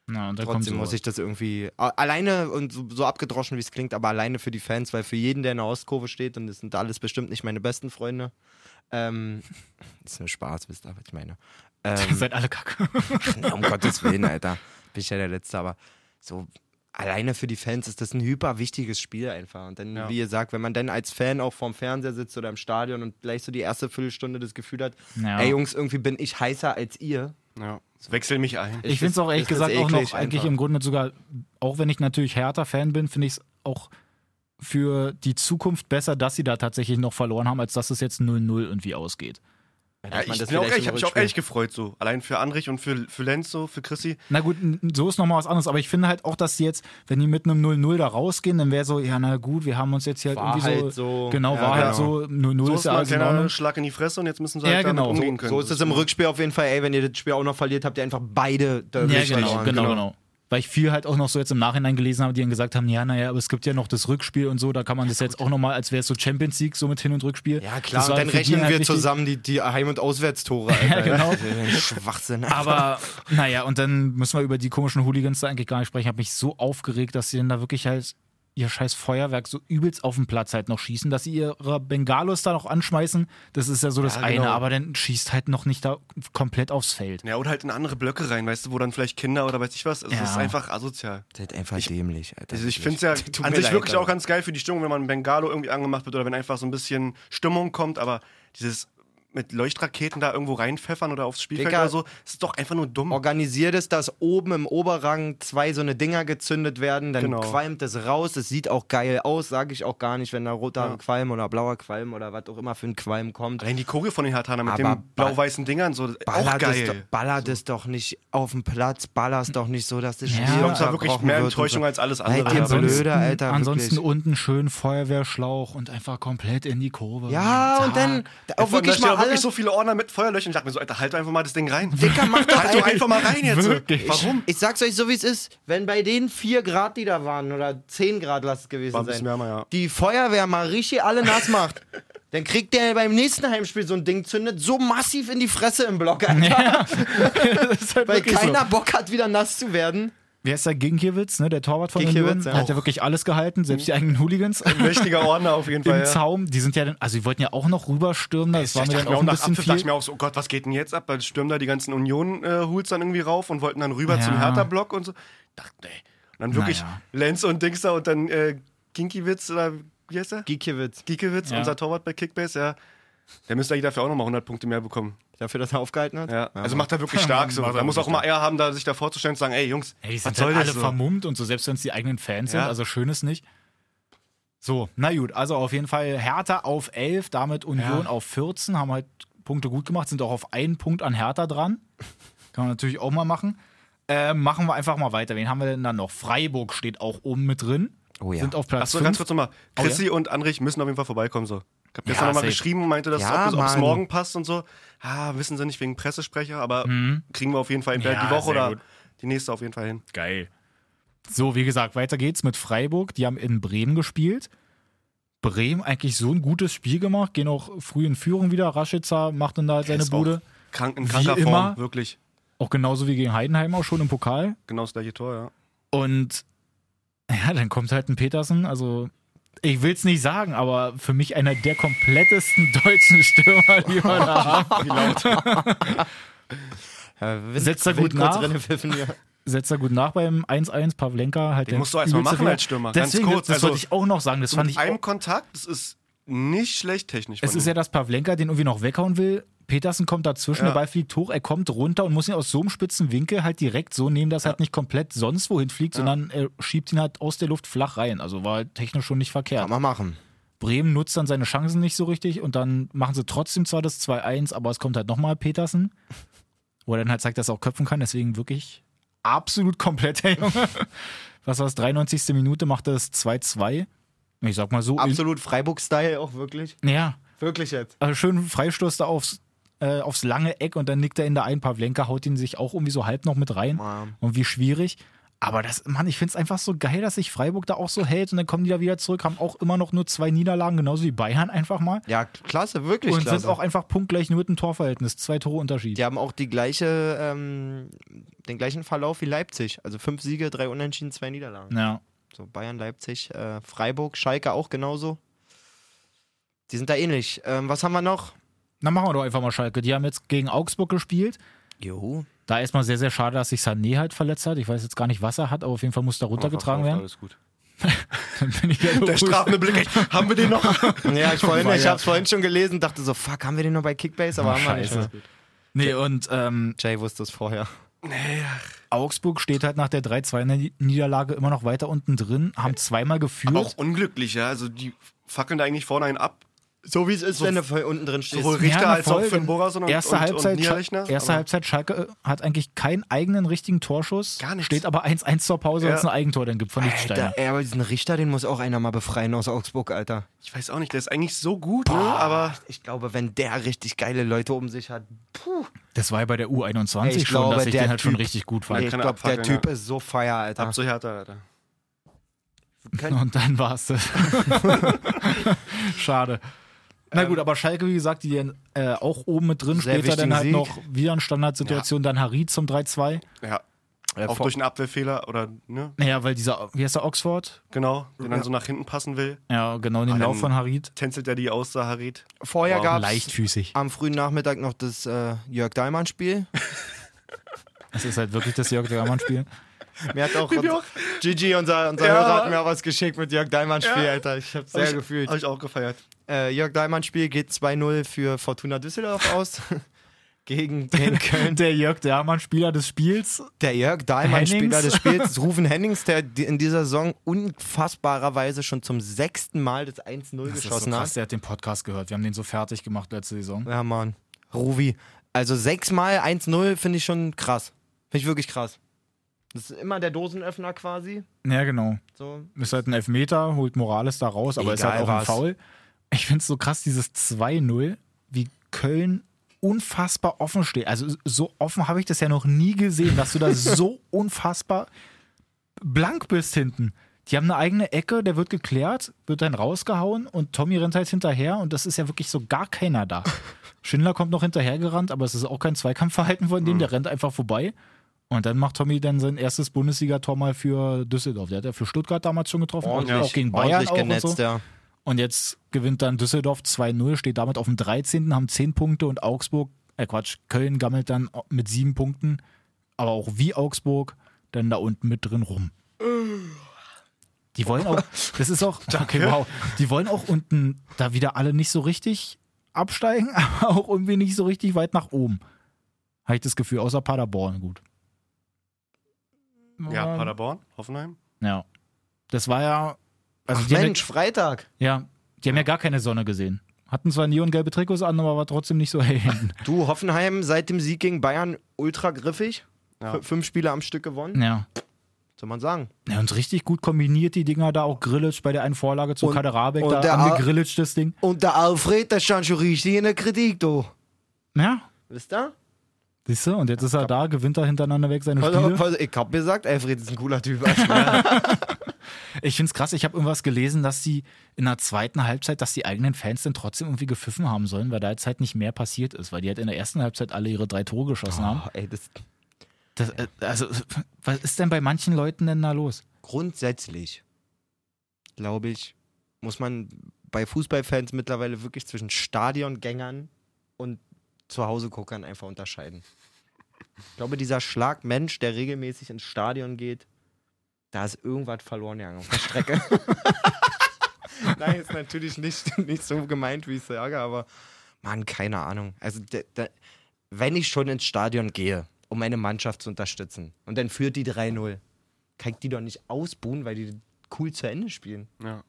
Speaker 4: Na, und dann kommt
Speaker 3: Trotzdem muss
Speaker 4: sowas.
Speaker 3: ich das irgendwie a- alleine und so, so abgedroschen, wie es klingt, aber alleine für die Fans, weil für jeden, der in der Ostkurve steht, und das sind alles bestimmt nicht meine besten Freunde. Ähm, *laughs* ist nur Spaß, wisst ihr, was ich meine.
Speaker 4: *laughs* Ihr
Speaker 3: Ähm,
Speaker 4: seid alle kacke.
Speaker 3: um Gottes Willen, Alter. Bin ich ja der Letzte, aber so alleine für die Fans ist das ein hyper wichtiges Spiel einfach. Und dann,
Speaker 2: Ja.
Speaker 3: wie ihr sagt, wenn man dann als Fan auch vorm Fernseher sitzt oder im Stadion und gleich so die erste Viertelstunde das Gefühl hat,
Speaker 4: Ja.
Speaker 3: ey Jungs, irgendwie bin ich heißer als ihr.
Speaker 2: Ja. Wechsel mich ein.
Speaker 4: Ich finde es auch ehrlich
Speaker 3: ist das
Speaker 4: gesagt auch
Speaker 3: eklig
Speaker 4: noch eigentlich
Speaker 3: einfach.
Speaker 4: im Grunde sogar, auch wenn ich natürlich härter Fan bin, finde ich es auch für die Zukunft besser, dass sie da tatsächlich noch verloren haben, als dass es jetzt 0-0 irgendwie ausgeht.
Speaker 2: Ja,
Speaker 3: man
Speaker 2: ich
Speaker 3: das
Speaker 2: bin
Speaker 3: vielleicht
Speaker 2: auch ehrlich, ich
Speaker 3: im
Speaker 2: habe mich auch
Speaker 3: Rückspiel-
Speaker 2: ehrlich gefreut so. Allein für Andrich und für, für Lenz so, für Chrissy.
Speaker 4: Na gut, n- so ist nochmal was anderes, aber ich finde halt auch, dass sie jetzt, wenn die mit einem 0-0 da rausgehen, dann wäre so, ja, na gut, wir haben uns jetzt hier halt
Speaker 3: War
Speaker 4: irgendwie
Speaker 3: halt so.
Speaker 4: Genau,
Speaker 3: Ja,
Speaker 4: war halt
Speaker 3: genau.
Speaker 4: so, 0-0
Speaker 2: So
Speaker 4: ist
Speaker 2: ist
Speaker 4: ja
Speaker 2: mal ein
Speaker 4: alles in Ordnung.
Speaker 2: kleiner Schlag in die Fresse und jetzt müssen sie
Speaker 4: Ja,
Speaker 2: halt damit
Speaker 4: genau.
Speaker 2: umgehen können.
Speaker 3: So ist es im Rückspiel auf jeden Fall, ey, wenn ihr das Spiel auch noch verliert, habt ihr einfach beide da
Speaker 4: Ja,
Speaker 3: richtig
Speaker 4: genau,
Speaker 3: verloren.
Speaker 4: genau, genau. Weil ich viel halt auch noch so jetzt im Nachhinein gelesen habe, die dann gesagt haben, ja, naja, aber es gibt ja noch das Rückspiel und so, da kann man das jetzt auch nochmal, als wäre es so Champions League, so mit Hin- und Rückspiel.
Speaker 3: Ja, klar,
Speaker 4: Das
Speaker 3: und
Speaker 4: war
Speaker 3: dann
Speaker 4: für die
Speaker 3: rechnen
Speaker 4: halt
Speaker 3: wir
Speaker 4: wichtig.
Speaker 3: zusammen die, die Heim- und
Speaker 4: *laughs*
Speaker 3: Auswärtstore. Alter.
Speaker 4: genau.
Speaker 3: *laughs* Das ist ein Schwachsinn. Alter.
Speaker 4: Aber naja, und dann müssen wir über die komischen Hooligans da eigentlich gar nicht sprechen. Ich habe mich so aufgeregt, dass sie denn da wirklich halt ihr scheiß Feuerwerk so übelst auf dem Platz halt noch schießen, dass sie ihre Bengalos da noch anschmeißen. Das ist ja so das
Speaker 2: Ja,
Speaker 4: eine,
Speaker 2: genau.
Speaker 4: aber dann schießt halt noch nicht da komplett aufs Feld.
Speaker 2: Ja, oder halt in andere Blöcke rein, weißt du, wo dann vielleicht Kinder oder weiß ich was. Also,
Speaker 4: Ja.
Speaker 2: Das ist einfach asozial.
Speaker 3: *laughs* Das ist einfach dämlich, Alter.
Speaker 2: Also ich finde es
Speaker 3: *laughs*
Speaker 2: ja
Speaker 3: Tut mir
Speaker 2: an sich
Speaker 3: leid,
Speaker 2: wirklich
Speaker 3: aber-
Speaker 2: auch ganz geil für die Stimmung, wenn man ein Bengalo irgendwie angemacht wird oder wenn einfach so ein bisschen Stimmung kommt, aber dieses mit Leuchtraketen da irgendwo reinpfeffern oder aufs Spielfeld
Speaker 3: Digga.
Speaker 2: oder so, das ist doch einfach nur dumm.
Speaker 3: Organisiert es, dass oben im Oberrang zwei so eine Dinger gezündet werden, dann
Speaker 2: Genau.
Speaker 3: qualmt es raus. Es sieht auch geil aus, sage ich auch gar nicht, wenn da roter
Speaker 2: Ja.
Speaker 3: Qualm oder blauer Qualm oder was auch immer für ein Qualm kommt.
Speaker 2: Allein die Choreo von den Hartaner mit
Speaker 3: Aber
Speaker 2: den blau-weißen Dingern, so auch
Speaker 3: Ballert, es, doch,
Speaker 2: geil.
Speaker 3: ballert es doch nicht auf dem Platz, ballert doch nicht so, dass das Spiel
Speaker 4: Ich glaub,
Speaker 2: es war wirklich
Speaker 3: unterbrochen
Speaker 2: mehr
Speaker 3: wird und
Speaker 2: Enttäuschung
Speaker 3: so.
Speaker 2: als alles
Speaker 3: Seid
Speaker 2: andere,
Speaker 3: ihr
Speaker 2: aber-
Speaker 3: blöde, Alter, wirklich.
Speaker 4: Ansonsten unten schön Feuerwehrschlauch und einfach komplett in die Kurve.
Speaker 3: Ja, und
Speaker 4: Zack.
Speaker 3: dann
Speaker 2: Auch
Speaker 3: auch wirklich mal
Speaker 2: da stehen
Speaker 3: alle,
Speaker 2: auch wirklich so viele Ordner mit Feuerlöchern. Ich dachte mir so, Alter, halt einfach mal das Ding rein.
Speaker 3: Dicker, mach doch
Speaker 2: halt doch einfach mal rein jetzt.
Speaker 4: Wirklich.
Speaker 2: Warum?
Speaker 3: Ich sag's euch so, wie es ist. Wenn bei den 4 Grad, die da waren, oder 10 Grad lasst es gewesen
Speaker 2: War ein
Speaker 3: sein,
Speaker 2: bisschen wärmer, ja.
Speaker 3: die Feuerwehr mal richtig alle nass macht, *laughs* dann kriegt der beim nächsten Heimspiel so ein Ding zündet, so massiv in die Fresse im
Speaker 4: *laughs*
Speaker 3: Block, Alter,
Speaker 4: Das ist halt
Speaker 3: weil
Speaker 4: wirklich so.
Speaker 3: keiner Bock hat, wieder nass zu werden.
Speaker 4: Wer ist der Ginkiewicz, ne? Der Torwart von
Speaker 3: Ginkiewicz,
Speaker 4: Union.
Speaker 3: ja.
Speaker 4: Hat ja wirklich alles gehalten, selbst die eigenen Hooligans.
Speaker 2: Mächtiger Ordner auf jeden
Speaker 4: im
Speaker 2: Fall. ja.
Speaker 4: Zaum, die sind ja dann, also die wollten ja auch noch rüberstürmen, das war
Speaker 2: Ich
Speaker 4: mir
Speaker 2: dachte
Speaker 4: dann
Speaker 2: mir
Speaker 4: auch
Speaker 2: auch
Speaker 4: ein
Speaker 2: nach
Speaker 4: bisschen
Speaker 2: Abpfiff dachte ich
Speaker 4: viel.
Speaker 2: mir auch so, oh Gott, was geht denn jetzt ab? Dann stürmen da die ganzen Union-Hools dann irgendwie rauf und wollten dann rüber
Speaker 4: Ja.
Speaker 2: zum Hertha-Block und so. Dachte, nee. Und dann wirklich
Speaker 4: Naja.
Speaker 2: Lenz und Dings da und dann äh, Ginkiewicz oder wie heißt er?
Speaker 3: Gikiewicz,
Speaker 2: Giekewitz,
Speaker 4: Ja.
Speaker 2: unser Torwart bei Kickbase, ja. Der müsste eigentlich dafür auch nochmal 100 Punkte mehr bekommen.
Speaker 3: dafür, dass er aufgehalten hat.
Speaker 2: Ja. Also macht
Speaker 4: *laughs*
Speaker 2: er wirklich stark so. Also er muss auch immer Eier haben, da sich da vorzustellen und zu sagen, ey Jungs,
Speaker 4: Ey, die
Speaker 2: was
Speaker 4: sind
Speaker 2: soll
Speaker 4: halt alle
Speaker 2: das so?
Speaker 4: vermummt und so, selbst wenn es die eigenen Fans
Speaker 2: Ja.
Speaker 4: sind, also schön ist nicht. So, na gut, also auf jeden Fall Hertha auf 11, damit Union
Speaker 2: Ja.
Speaker 4: auf 14, haben halt Punkte gut gemacht, sind auch auf einen Punkt an Hertha
Speaker 2: *laughs*
Speaker 4: dran. Kann man natürlich auch mal machen. Ähm, machen wir einfach mal weiter. Wen haben wir denn da noch? Freiburg steht auch oben mit drin.
Speaker 3: Oh ja.
Speaker 4: Sind auf Platz
Speaker 2: Achso,
Speaker 4: 5.
Speaker 2: ganz kurz nochmal.
Speaker 4: Oh, ja?
Speaker 2: Chrissy und Andrich müssen auf jeden Fall vorbeikommen. So. Ich habe
Speaker 4: Ja,
Speaker 2: gestern nochmal
Speaker 4: safe.
Speaker 2: geschrieben und meinte, dass
Speaker 3: Ja,
Speaker 2: ob, es, ob es
Speaker 3: Mann.
Speaker 2: morgen passt und so. Ah, wissen sie nicht wegen Pressesprecher, aber kriegen wir auf jeden Fall entweder
Speaker 4: Mhm. Ja,
Speaker 2: die Woche
Speaker 4: sehr
Speaker 2: oder
Speaker 4: gut.
Speaker 2: die nächste auf jeden Fall hin.
Speaker 4: Geil. So, wie gesagt, weiter geht's mit Freiburg. Die haben in Bremen gespielt. Bremen eigentlich so ein gutes Spiel gemacht, gehen auch früh in Führung wieder. Raschitzer macht dann da halt seine
Speaker 2: Ist auch
Speaker 4: Bude.
Speaker 2: Krank, in
Speaker 4: Wie
Speaker 2: kranker
Speaker 4: immer.
Speaker 2: Form, wirklich.
Speaker 4: Auch genauso wie gegen Heidenheim auch schon im Pokal.
Speaker 2: Genau das gleiche Tor, ja.
Speaker 4: Und ja, dann kommt halt ein Petersen. Also, ich will's nicht sagen, aber für mich einer der komplettesten *laughs* deutschen Stürmer, die wir da
Speaker 2: *laughs*
Speaker 4: haben.
Speaker 3: Ja,
Speaker 4: Setzt er gut nach?
Speaker 3: Pfiffen, ja.
Speaker 4: Setzt er gut nach beim 1-1 Pavlenka. Halt
Speaker 2: Den
Speaker 4: der
Speaker 2: musst du erst mal
Speaker 4: übelste
Speaker 2: machen
Speaker 4: Fehler.
Speaker 2: als Stürmer, ganz
Speaker 4: Deswegen,
Speaker 2: kurz.
Speaker 4: Das
Speaker 2: Also,
Speaker 4: wollte ich auch noch sagen. Das fand
Speaker 2: Mit
Speaker 4: ich auch
Speaker 2: einem Kontakt, das ist nicht schlecht technisch.
Speaker 4: Es
Speaker 2: von
Speaker 4: ist
Speaker 2: ihm.
Speaker 4: ja, dass Pavlenka den irgendwie noch weghauen will. Petersen kommt dazwischen,
Speaker 2: Ja.
Speaker 4: der Ball fliegt hoch, er kommt runter und muss ihn aus so einem spitzen Winkel halt direkt so nehmen, dass er halt nicht komplett sonst wohin fliegt, sondern er schiebt ihn halt aus der Luft flach rein. Also war halt technisch schon nicht verkehrt.
Speaker 3: Kann man machen.
Speaker 4: Bremen nutzt dann seine Chancen nicht so richtig und dann machen sie trotzdem zwar das 2-1, aber es kommt halt nochmal Petersen, wo er dann halt zeigt, dass er auch köpfen kann. Deswegen wirklich absolut komplett, der *laughs* Junge. Was war das? 93. Minute macht das 2-2. Ich sag mal so.
Speaker 3: Absolut Freiburg-Style auch wirklich.
Speaker 4: In, ja,
Speaker 3: Wirklich jetzt.
Speaker 4: also schön Freistoß da aufs, äh, aufs lange Eck und dann nickt er in der ein. Pavlenka haut ihn sich auch irgendwie so halb noch mit rein.
Speaker 3: Mann.
Speaker 4: Und wie schwierig. Aber das, Mann, ich find's einfach so geil, dass sich Freiburg da auch so hält und dann kommen die da wieder zurück, haben auch immer noch nur zwei Niederlagen, genauso wie Bayern einfach mal.
Speaker 3: Ja, klasse, wirklich
Speaker 4: Und
Speaker 3: klasse.
Speaker 4: sind auch einfach punktgleich nur mit dem Torverhältnis. Zwei Tore Unterschied.
Speaker 3: die haben auch die gleiche, ähm, den gleichen Verlauf wie Leipzig. Also fünf Siege, drei Unentschieden, zwei Niederlagen.
Speaker 4: Ja.
Speaker 3: So Bayern, Leipzig, äh, Freiburg, Schalke auch genauso. Die sind da ähnlich. Ähm, was haben wir noch?
Speaker 4: Na, machen wir doch einfach mal Schalke. Die haben jetzt gegen Augsburg gespielt.
Speaker 3: Juhu.
Speaker 4: Da erstmal sehr, sehr schade, dass sich Sané halt verletzt hat. Ich weiß jetzt gar nicht, was er hat, aber auf jeden Fall muss da runtergetragen werden.
Speaker 2: Alles gut.
Speaker 4: Dann *laughs* bin ich ja
Speaker 2: Der strafende Blick, ey, haben wir den noch?
Speaker 4: *laughs*
Speaker 3: Ja, ich, *laughs* vorhin,
Speaker 4: War
Speaker 3: ich
Speaker 4: ja-
Speaker 3: hab's vorhin schon gelesen, dachte so, fuck, haben wir den noch bei Kickbase? Aber
Speaker 4: Ah,
Speaker 3: haben wir nicht.
Speaker 4: scheiße.
Speaker 3: mehr.
Speaker 4: Nee, und ähm,
Speaker 3: Jay wusste es vorher.
Speaker 4: Augsburg steht halt nach der 3-2-Niederlage immer noch weiter unten drin, haben zweimal geführt.
Speaker 2: Auch unglücklich, ja. Also die fackeln da eigentlich vorne einen ab.
Speaker 3: So wie es ist,
Speaker 2: wenn
Speaker 3: wenn du voll unten drin stehst.
Speaker 2: Sowohl Richter
Speaker 4: na
Speaker 2: als auch
Speaker 4: voll,
Speaker 2: Finn
Speaker 4: denn
Speaker 2: Bogason und,
Speaker 4: erste
Speaker 2: und,
Speaker 4: Halbzeit,
Speaker 2: und Niederlechner.
Speaker 4: Scha- Erste
Speaker 2: aber-
Speaker 4: Halbzeit, Schalke äh, hat eigentlich keinen eigenen richtigen Torschuss.
Speaker 2: Gar nichts.
Speaker 4: Steht aber 1-1 zur Pause, wenn es
Speaker 2: Ja.
Speaker 4: ein Eigentor dann gibt von Lichtsteiner.
Speaker 3: Alter, ey, aber diesen Richter, den muss auch einer mal befreien aus Augsburg, Alter.
Speaker 2: Ich weiß auch nicht, der ist eigentlich so gut, ne? aber
Speaker 3: Ich glaube, wenn der richtig geile Leute um sich hat,
Speaker 4: Das war ja bei der U21
Speaker 3: Ey, ich
Speaker 4: schon,
Speaker 3: glaube,
Speaker 4: dass ich
Speaker 3: der
Speaker 4: den halt schon
Speaker 3: Typ-
Speaker 4: richtig gut
Speaker 2: Man
Speaker 4: fand.
Speaker 3: ich
Speaker 2: kann
Speaker 3: glaube, der
Speaker 2: abfackeln,
Speaker 3: Typ
Speaker 2: ja.
Speaker 3: ist so feier, Alter.
Speaker 2: ab so härter, Alter.
Speaker 4: Und dann war es *laughs* das. Schade. Ähm, Na gut, aber Schalke, wie gesagt, die dann, äh, auch oben mit drin.
Speaker 3: Sehr
Speaker 4: Später dann
Speaker 3: wichtigen
Speaker 4: halt
Speaker 3: Sieg.
Speaker 4: noch wieder in Standardsituation, dann Harid zum 3-2.
Speaker 2: Ja,
Speaker 3: Äh,
Speaker 2: auch
Speaker 3: vor-
Speaker 2: durch einen Abwehrfehler oder, ne?
Speaker 4: Naja, weil dieser, wie heißt der, Oxford?
Speaker 2: Genau, den dann so nach hinten passen will.
Speaker 4: Ja, genau, den
Speaker 2: Ah,
Speaker 4: Lauf
Speaker 2: dann-
Speaker 4: von Harid.
Speaker 2: Tänzelt er die aus, Saharit.
Speaker 3: vorher
Speaker 2: Wow.
Speaker 3: gab es
Speaker 4: Leichtfüßig.
Speaker 3: am frühen Nachmittag noch das äh, Jörg Dahlmann-Spiel.
Speaker 4: Das ist halt wirklich das Jörg Dreimann-Spiel.
Speaker 3: Mir hat auch,
Speaker 2: Bin ich auch-
Speaker 3: Gigi, unser, unser
Speaker 2: Ja.
Speaker 3: Hörer, hat mir auch was geschickt mit Jörg Dahlmann-Spiel,
Speaker 2: Ja.
Speaker 3: Alter. Ich hab's sehr
Speaker 2: ich,
Speaker 3: gefühlt.
Speaker 2: Hab ich auch gefeiert.
Speaker 3: Äh, Jörg Dahlmann-Spiel geht 2-0 für Fortuna Düsseldorf aus. *laughs* Gegen den Köln.
Speaker 4: *laughs* Der Jörg Dreimann-Spieler des Spiels.
Speaker 3: Der Jörg Dahlmann-Spieler
Speaker 4: Hennings.
Speaker 3: des Spiels, Rufen Hennings, der die- in dieser Saison unfassbarerweise schon zum sechsten Mal das 1-0 geschossen hat.
Speaker 4: der hat den Podcast gehört. Wir haben den so fertig gemacht letzte Saison.
Speaker 3: Ja, Mann. Ruvi. Also sechsmal 1-0 finde ich schon krass. Finde ich wirklich krass. Das ist immer der Dosenöffner quasi.
Speaker 4: Ja, genau.
Speaker 3: So.
Speaker 4: Ist halt ein Elfmeter, holt Morales da raus, aber ist
Speaker 3: Egal
Speaker 4: halt auch ein
Speaker 3: was.
Speaker 4: Foul. Ich finde es so krass, dieses 2-0, wie Köln unfassbar offen steht. Also so offen habe ich das ja noch nie gesehen, dass du da
Speaker 3: *laughs*
Speaker 4: so unfassbar blank bist hinten. Die haben eine eigene Ecke, der wird geklärt, wird dann rausgehauen und Tommy rennt halt hinterher und das ist ja wirklich so gar
Speaker 3: *laughs*
Speaker 4: keiner da. Schindler kommt noch hinterhergerannt, aber es ist auch kein Zweikampfverhalten von
Speaker 3: Mhm.
Speaker 4: dem, der rennt einfach vorbei. Und dann macht Tommy dann sein erstes Bundesliga-Tor mal für Düsseldorf. Der hat ja für Stuttgart damals schon getroffen, also auch gegen Bayern
Speaker 3: ordentlich
Speaker 4: auch
Speaker 3: genetzt,
Speaker 4: und so.
Speaker 3: ja.
Speaker 4: Und jetzt gewinnt dann Düsseldorf 2-0, steht damit auf dem 13., haben 10 Punkte und Augsburg, äh Quatsch, Köln gammelt dann mit 7 Punkten, aber auch wie Augsburg, dann da unten mit drin rum. Die wollen auch, das ist auch, okay, wow, die wollen auch unten da wieder alle nicht so richtig absteigen, *laughs* aber auch irgendwie nicht so richtig weit nach oben. Habe ich das Gefühl, außer Paderborn, gut.
Speaker 2: Ja, Paderborn, Hoffenheim.
Speaker 4: Ja. Das war ja, also
Speaker 3: Ach,
Speaker 4: die haben ja-
Speaker 3: Mensch, Freitag.
Speaker 4: ja, die haben ja gar keine Sonne gesehen. Hatten zwar neongelbe Trikots an, aber war trotzdem nicht so *laughs* hell hinten.
Speaker 3: Du, Hoffenheim seit dem Sieg gegen Bayern ultra griffig.
Speaker 2: Ja.
Speaker 3: F- Fünf Spiele am Stück gewonnen,
Speaker 4: Ja.
Speaker 3: soll man sagen.
Speaker 4: ja. Und richtig gut kombiniert die Dinger da, auch Grillitsch bei der einen Vorlage zu
Speaker 3: Und-
Speaker 4: Kaderabek,
Speaker 3: und
Speaker 4: da
Speaker 3: der
Speaker 4: haben
Speaker 3: Ar-
Speaker 4: die Grillitsch das Ding.
Speaker 3: Und der Alfred, der stand schon richtig in der Kritik, du.
Speaker 4: Ja,
Speaker 3: Wisst ihr?
Speaker 4: siehst du? Und jetzt ist er da, gewinnt er hintereinander weg seine
Speaker 3: Also,
Speaker 4: Spiele.
Speaker 3: also, ich hab gesagt, Alfred ist ein cooler Typ.
Speaker 4: Ich find's krass, ich habe irgendwas gelesen, dass die in der zweiten Halbzeit, dass die eigenen Fans dann trotzdem irgendwie gepfiffen haben sollen, weil da jetzt halt nicht mehr passiert ist, weil die halt in der ersten Halbzeit alle ihre drei Tore geschossen haben.
Speaker 3: Oh, ey, das
Speaker 4: Das, äh, also, was ist denn bei manchen Leuten denn da los?
Speaker 3: grundsätzlich, glaube ich, muss man bei Fußballfans mittlerweile wirklich zwischen Stadiongängern und Zuhauseguckern einfach unterscheiden. Ich glaube, dieser Schlag Mensch, der regelmäßig ins Stadion geht, da ist irgendwas verloren gegangen auf der Strecke. *laughs* Nein, ist natürlich nicht, nicht so gemeint, wie ich sage, aber Mann, keine Ahnung. Also, der, der, wenn ich schon ins Stadion gehe, um meine Mannschaft zu unterstützen und dann führt die 3-0, kann ich die doch nicht ausbuhen, weil die cool zu Ende spielen.
Speaker 2: Ja.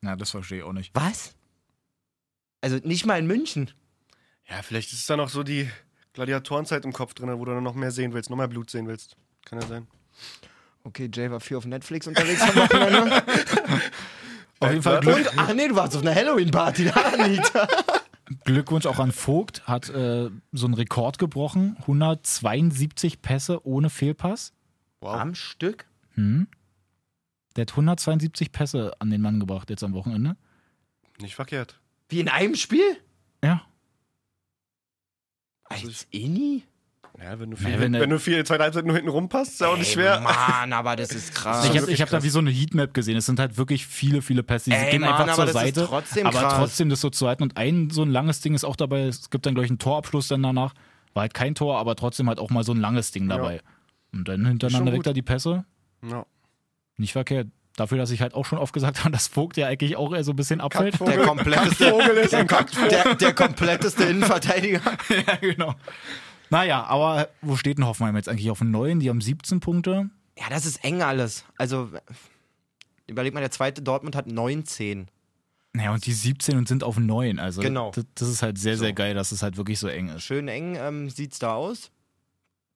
Speaker 4: Na, das verstehe ich auch nicht.
Speaker 3: Was? Also nicht mal in München.
Speaker 2: ja, vielleicht ist da noch so die Gladiatorenzeit im Kopf drin, wo du dann noch mehr sehen willst, noch mehr Blut sehen willst. Kann ja sein.
Speaker 3: Okay, Jay war viel auf Netflix unterwegs am *laughs* Wochenende. ne?
Speaker 4: Auf jeden Fall Glück,
Speaker 3: Und, ach nee, du warst auf einer Halloween-Party da, Anita.
Speaker 4: Glückwunsch auch an Vogt, hat äh, so einen Rekord gebrochen. 172 Pässe ohne Fehlpass.
Speaker 3: *laughs*
Speaker 4: Hm.
Speaker 3: Am Stück?
Speaker 4: Der hat 172 Pässe an den Mann gebracht jetzt am Wochenende.
Speaker 2: Nicht verkehrt.
Speaker 3: Wie in einem Spiel?
Speaker 4: Ja.
Speaker 3: Als Inni?
Speaker 2: Ja, wenn du viel,
Speaker 4: Naja, wenn
Speaker 2: wenn,
Speaker 4: der-
Speaker 2: du viel zweite Halbzeit nur hinten rumpasst, ist ja auch nicht
Speaker 3: Ey,
Speaker 2: schwer.
Speaker 3: Mann, aber das ist Also krass.
Speaker 4: Ich habe
Speaker 2: wirklich
Speaker 4: ich hab da wie so eine Heatmap gesehen. Es sind halt wirklich viele, viele Pässe. Die
Speaker 3: Ey,
Speaker 4: gehen
Speaker 3: Mann,
Speaker 4: einfach
Speaker 3: aber
Speaker 4: zur
Speaker 3: das ist
Speaker 4: Seite.
Speaker 3: trotzdem
Speaker 4: aber
Speaker 3: krass.
Speaker 4: trotzdem das so zu halten. Und ein so ein langes Ding ist auch dabei. Es gibt dann, glaube ich, einen Torabschluss dann danach. War halt kein Tor, aber trotzdem halt auch mal so ein langes Ding dabei. Und dann hintereinander
Speaker 2: Schon
Speaker 4: weg da
Speaker 2: gut.
Speaker 4: die Pässe.
Speaker 2: Ja.
Speaker 4: Nicht verkehrt. Dafür, dass ich halt auch schon oft gesagt *laughs* habe, dass Vogt ja eigentlich auch eher so ein bisschen abfällt.
Speaker 3: der kompletteste,
Speaker 2: Vogel ist
Speaker 3: der,
Speaker 2: ein
Speaker 3: kom der, der kompletteste Innenverteidiger.
Speaker 4: ja, *laughs* genau. Naja, aber wo steht denn Hoffenheim jetzt eigentlich auf dem Neuen? Die haben 17 Punkte.
Speaker 3: Ja, das ist eng alles. Also, überleg mal, der zweite Dortmund hat 19.
Speaker 4: Naja, und die 17 und sind auf dem Neuen. Also
Speaker 3: Genau.
Speaker 4: das, das ist halt sehr, sehr
Speaker 3: So.
Speaker 4: geil, dass es halt wirklich so eng ist.
Speaker 3: Schön eng ähm, sieht's da aus.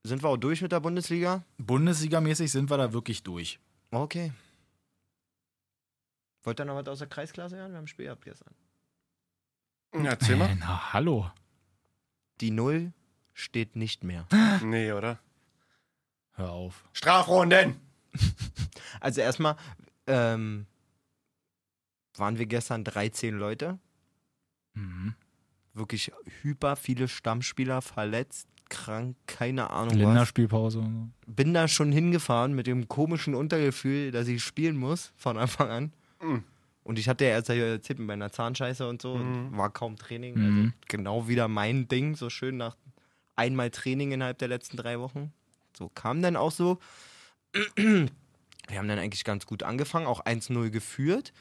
Speaker 3: Sind wir auch durch mit der Bundesliga?
Speaker 4: Bundesligamäßig sind wir da wirklich durch.
Speaker 3: Okay. Wollt ihr noch was aus der Kreisklasse hören? Wir haben ein Spiel ab gestern.
Speaker 2: Ja,
Speaker 4: *laughs*
Speaker 2: erzähl mal.
Speaker 4: Äh, Na, hallo.
Speaker 3: Die Null steht nicht mehr.
Speaker 2: Nee, oder?
Speaker 4: Hör auf.
Speaker 2: Strafrunden!
Speaker 3: *laughs* Also erstmal ähm, waren wir gestern 13 Leute.
Speaker 4: Mhm.
Speaker 3: Wirklich hyper viele Stammspieler verletzt, krank, keine Ahnung was.
Speaker 4: Länderspielpause. und so.
Speaker 3: bin da schon hingefahren mit dem komischen Untergefühl, dass ich spielen muss von Anfang an.
Speaker 2: Mhm.
Speaker 3: Und ich hatte ja erst ja Zippen bei einer Zahnscheiße und so und war kaum Training. Also
Speaker 4: Mhm.
Speaker 3: genau wieder mein Ding, so schön nach einmal Training innerhalb der letzten drei Wochen. So kam dann auch so. Wir haben dann eigentlich ganz gut angefangen, auch 1-0 geführt.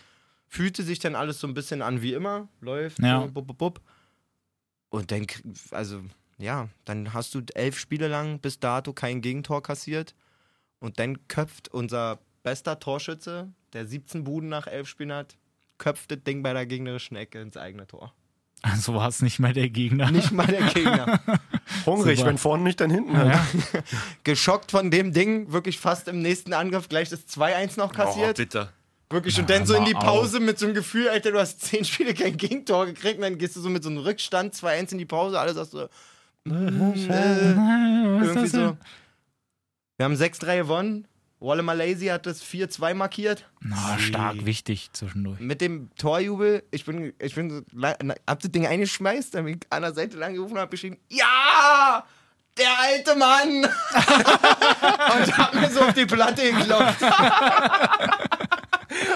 Speaker 3: Fühlte sich dann alles so ein bisschen an wie immer, läuft,
Speaker 4: Ja.
Speaker 3: so, bub, bub, bub. Und dann, krieg- also ja, dann hast du elf Spiele lang bis dato kein Gegentor kassiert. Und dann köpft unser bester Torschütze, der 17 Buden nach elf Spielen hat, köpft das Ding bei der gegnerischen Ecke ins eigene Tor.
Speaker 4: *laughs* Also war es nicht mal der Gegner. *laughs*
Speaker 3: Nicht mal der Gegner.
Speaker 2: Hungrig,
Speaker 4: Super.
Speaker 2: wenn vorne nicht, dann hinten. halt.
Speaker 4: Ja.
Speaker 3: Geschockt von dem Ding, wirklich fast im nächsten Angriff gleich das 2-1 noch
Speaker 2: Oh,
Speaker 3: kassiert.
Speaker 2: bitte.
Speaker 3: Wirklich, und
Speaker 4: Na,
Speaker 3: dann so in die
Speaker 4: hör mal
Speaker 3: Pause mit so einem Gefühl, Alter, du hast zehn *laughs* Spiele kein Gegentor gekriegt und dann gehst du so mit so einem Rückstand 2-1 in die Pause, alles hast du. Irgendwie
Speaker 4: Äh, Was ist das
Speaker 3: so.
Speaker 4: denn?
Speaker 3: Wir haben 6-3 gewonnen. Walle Malaysia hat das 4-2 markiert.
Speaker 4: Na, stark wichtig zwischendurch.
Speaker 3: Mit dem Torjubel, ich bin, ich bin so, la- na- hab das Ding eingeschmeißt, hab ich an der Seite lang gerufen und hab geschrieben, ja! Der alte Mann! *laughs* und hab mir so auf die Platte geklopft.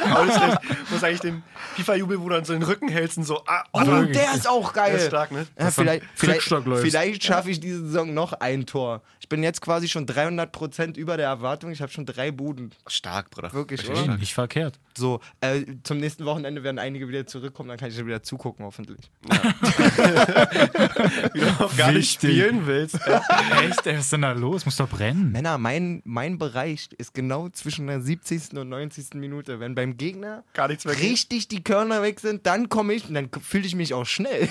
Speaker 2: Aber das ist echt, muss eigentlich den FIFA-Jubel, wo du dann so den Rücken hältst und so. Ah,
Speaker 3: Oh, der ist auch geil!
Speaker 2: Der ist stark, ne?
Speaker 3: Ja,
Speaker 4: Dass du
Speaker 3: vielleicht
Speaker 4: am
Speaker 3: vielleicht,
Speaker 4: Krückstock läufst.
Speaker 3: vielleicht schaffe ich diese Saison noch ein Tor. Ich bin jetzt quasi schon 300% über der Erwartung. Ich habe schon drei Buden.
Speaker 2: Stark, Bruder.
Speaker 3: Wirklich,
Speaker 2: Richtig
Speaker 3: oder?
Speaker 2: stark.
Speaker 4: Nicht verkehrt.
Speaker 3: So, äh, zum nächsten Wochenende werden einige wieder zurückkommen. Dann kann ich wieder zugucken, hoffentlich.
Speaker 2: Wie du auch gar nicht
Speaker 4: Wichtig.
Speaker 2: spielen willst. Ja.
Speaker 4: Echt? Ey, Was ist denn da los? Muss doch
Speaker 3: *laughs*
Speaker 4: brennen.
Speaker 3: Männer, mein, mein Bereich ist genau zwischen der 70. und 90. Minute. Wenn beim Gegner
Speaker 2: Gar nichts mehr geht.
Speaker 3: richtig die Körner weg sind, dann komme ich und dann fühle ich mich auch schnell.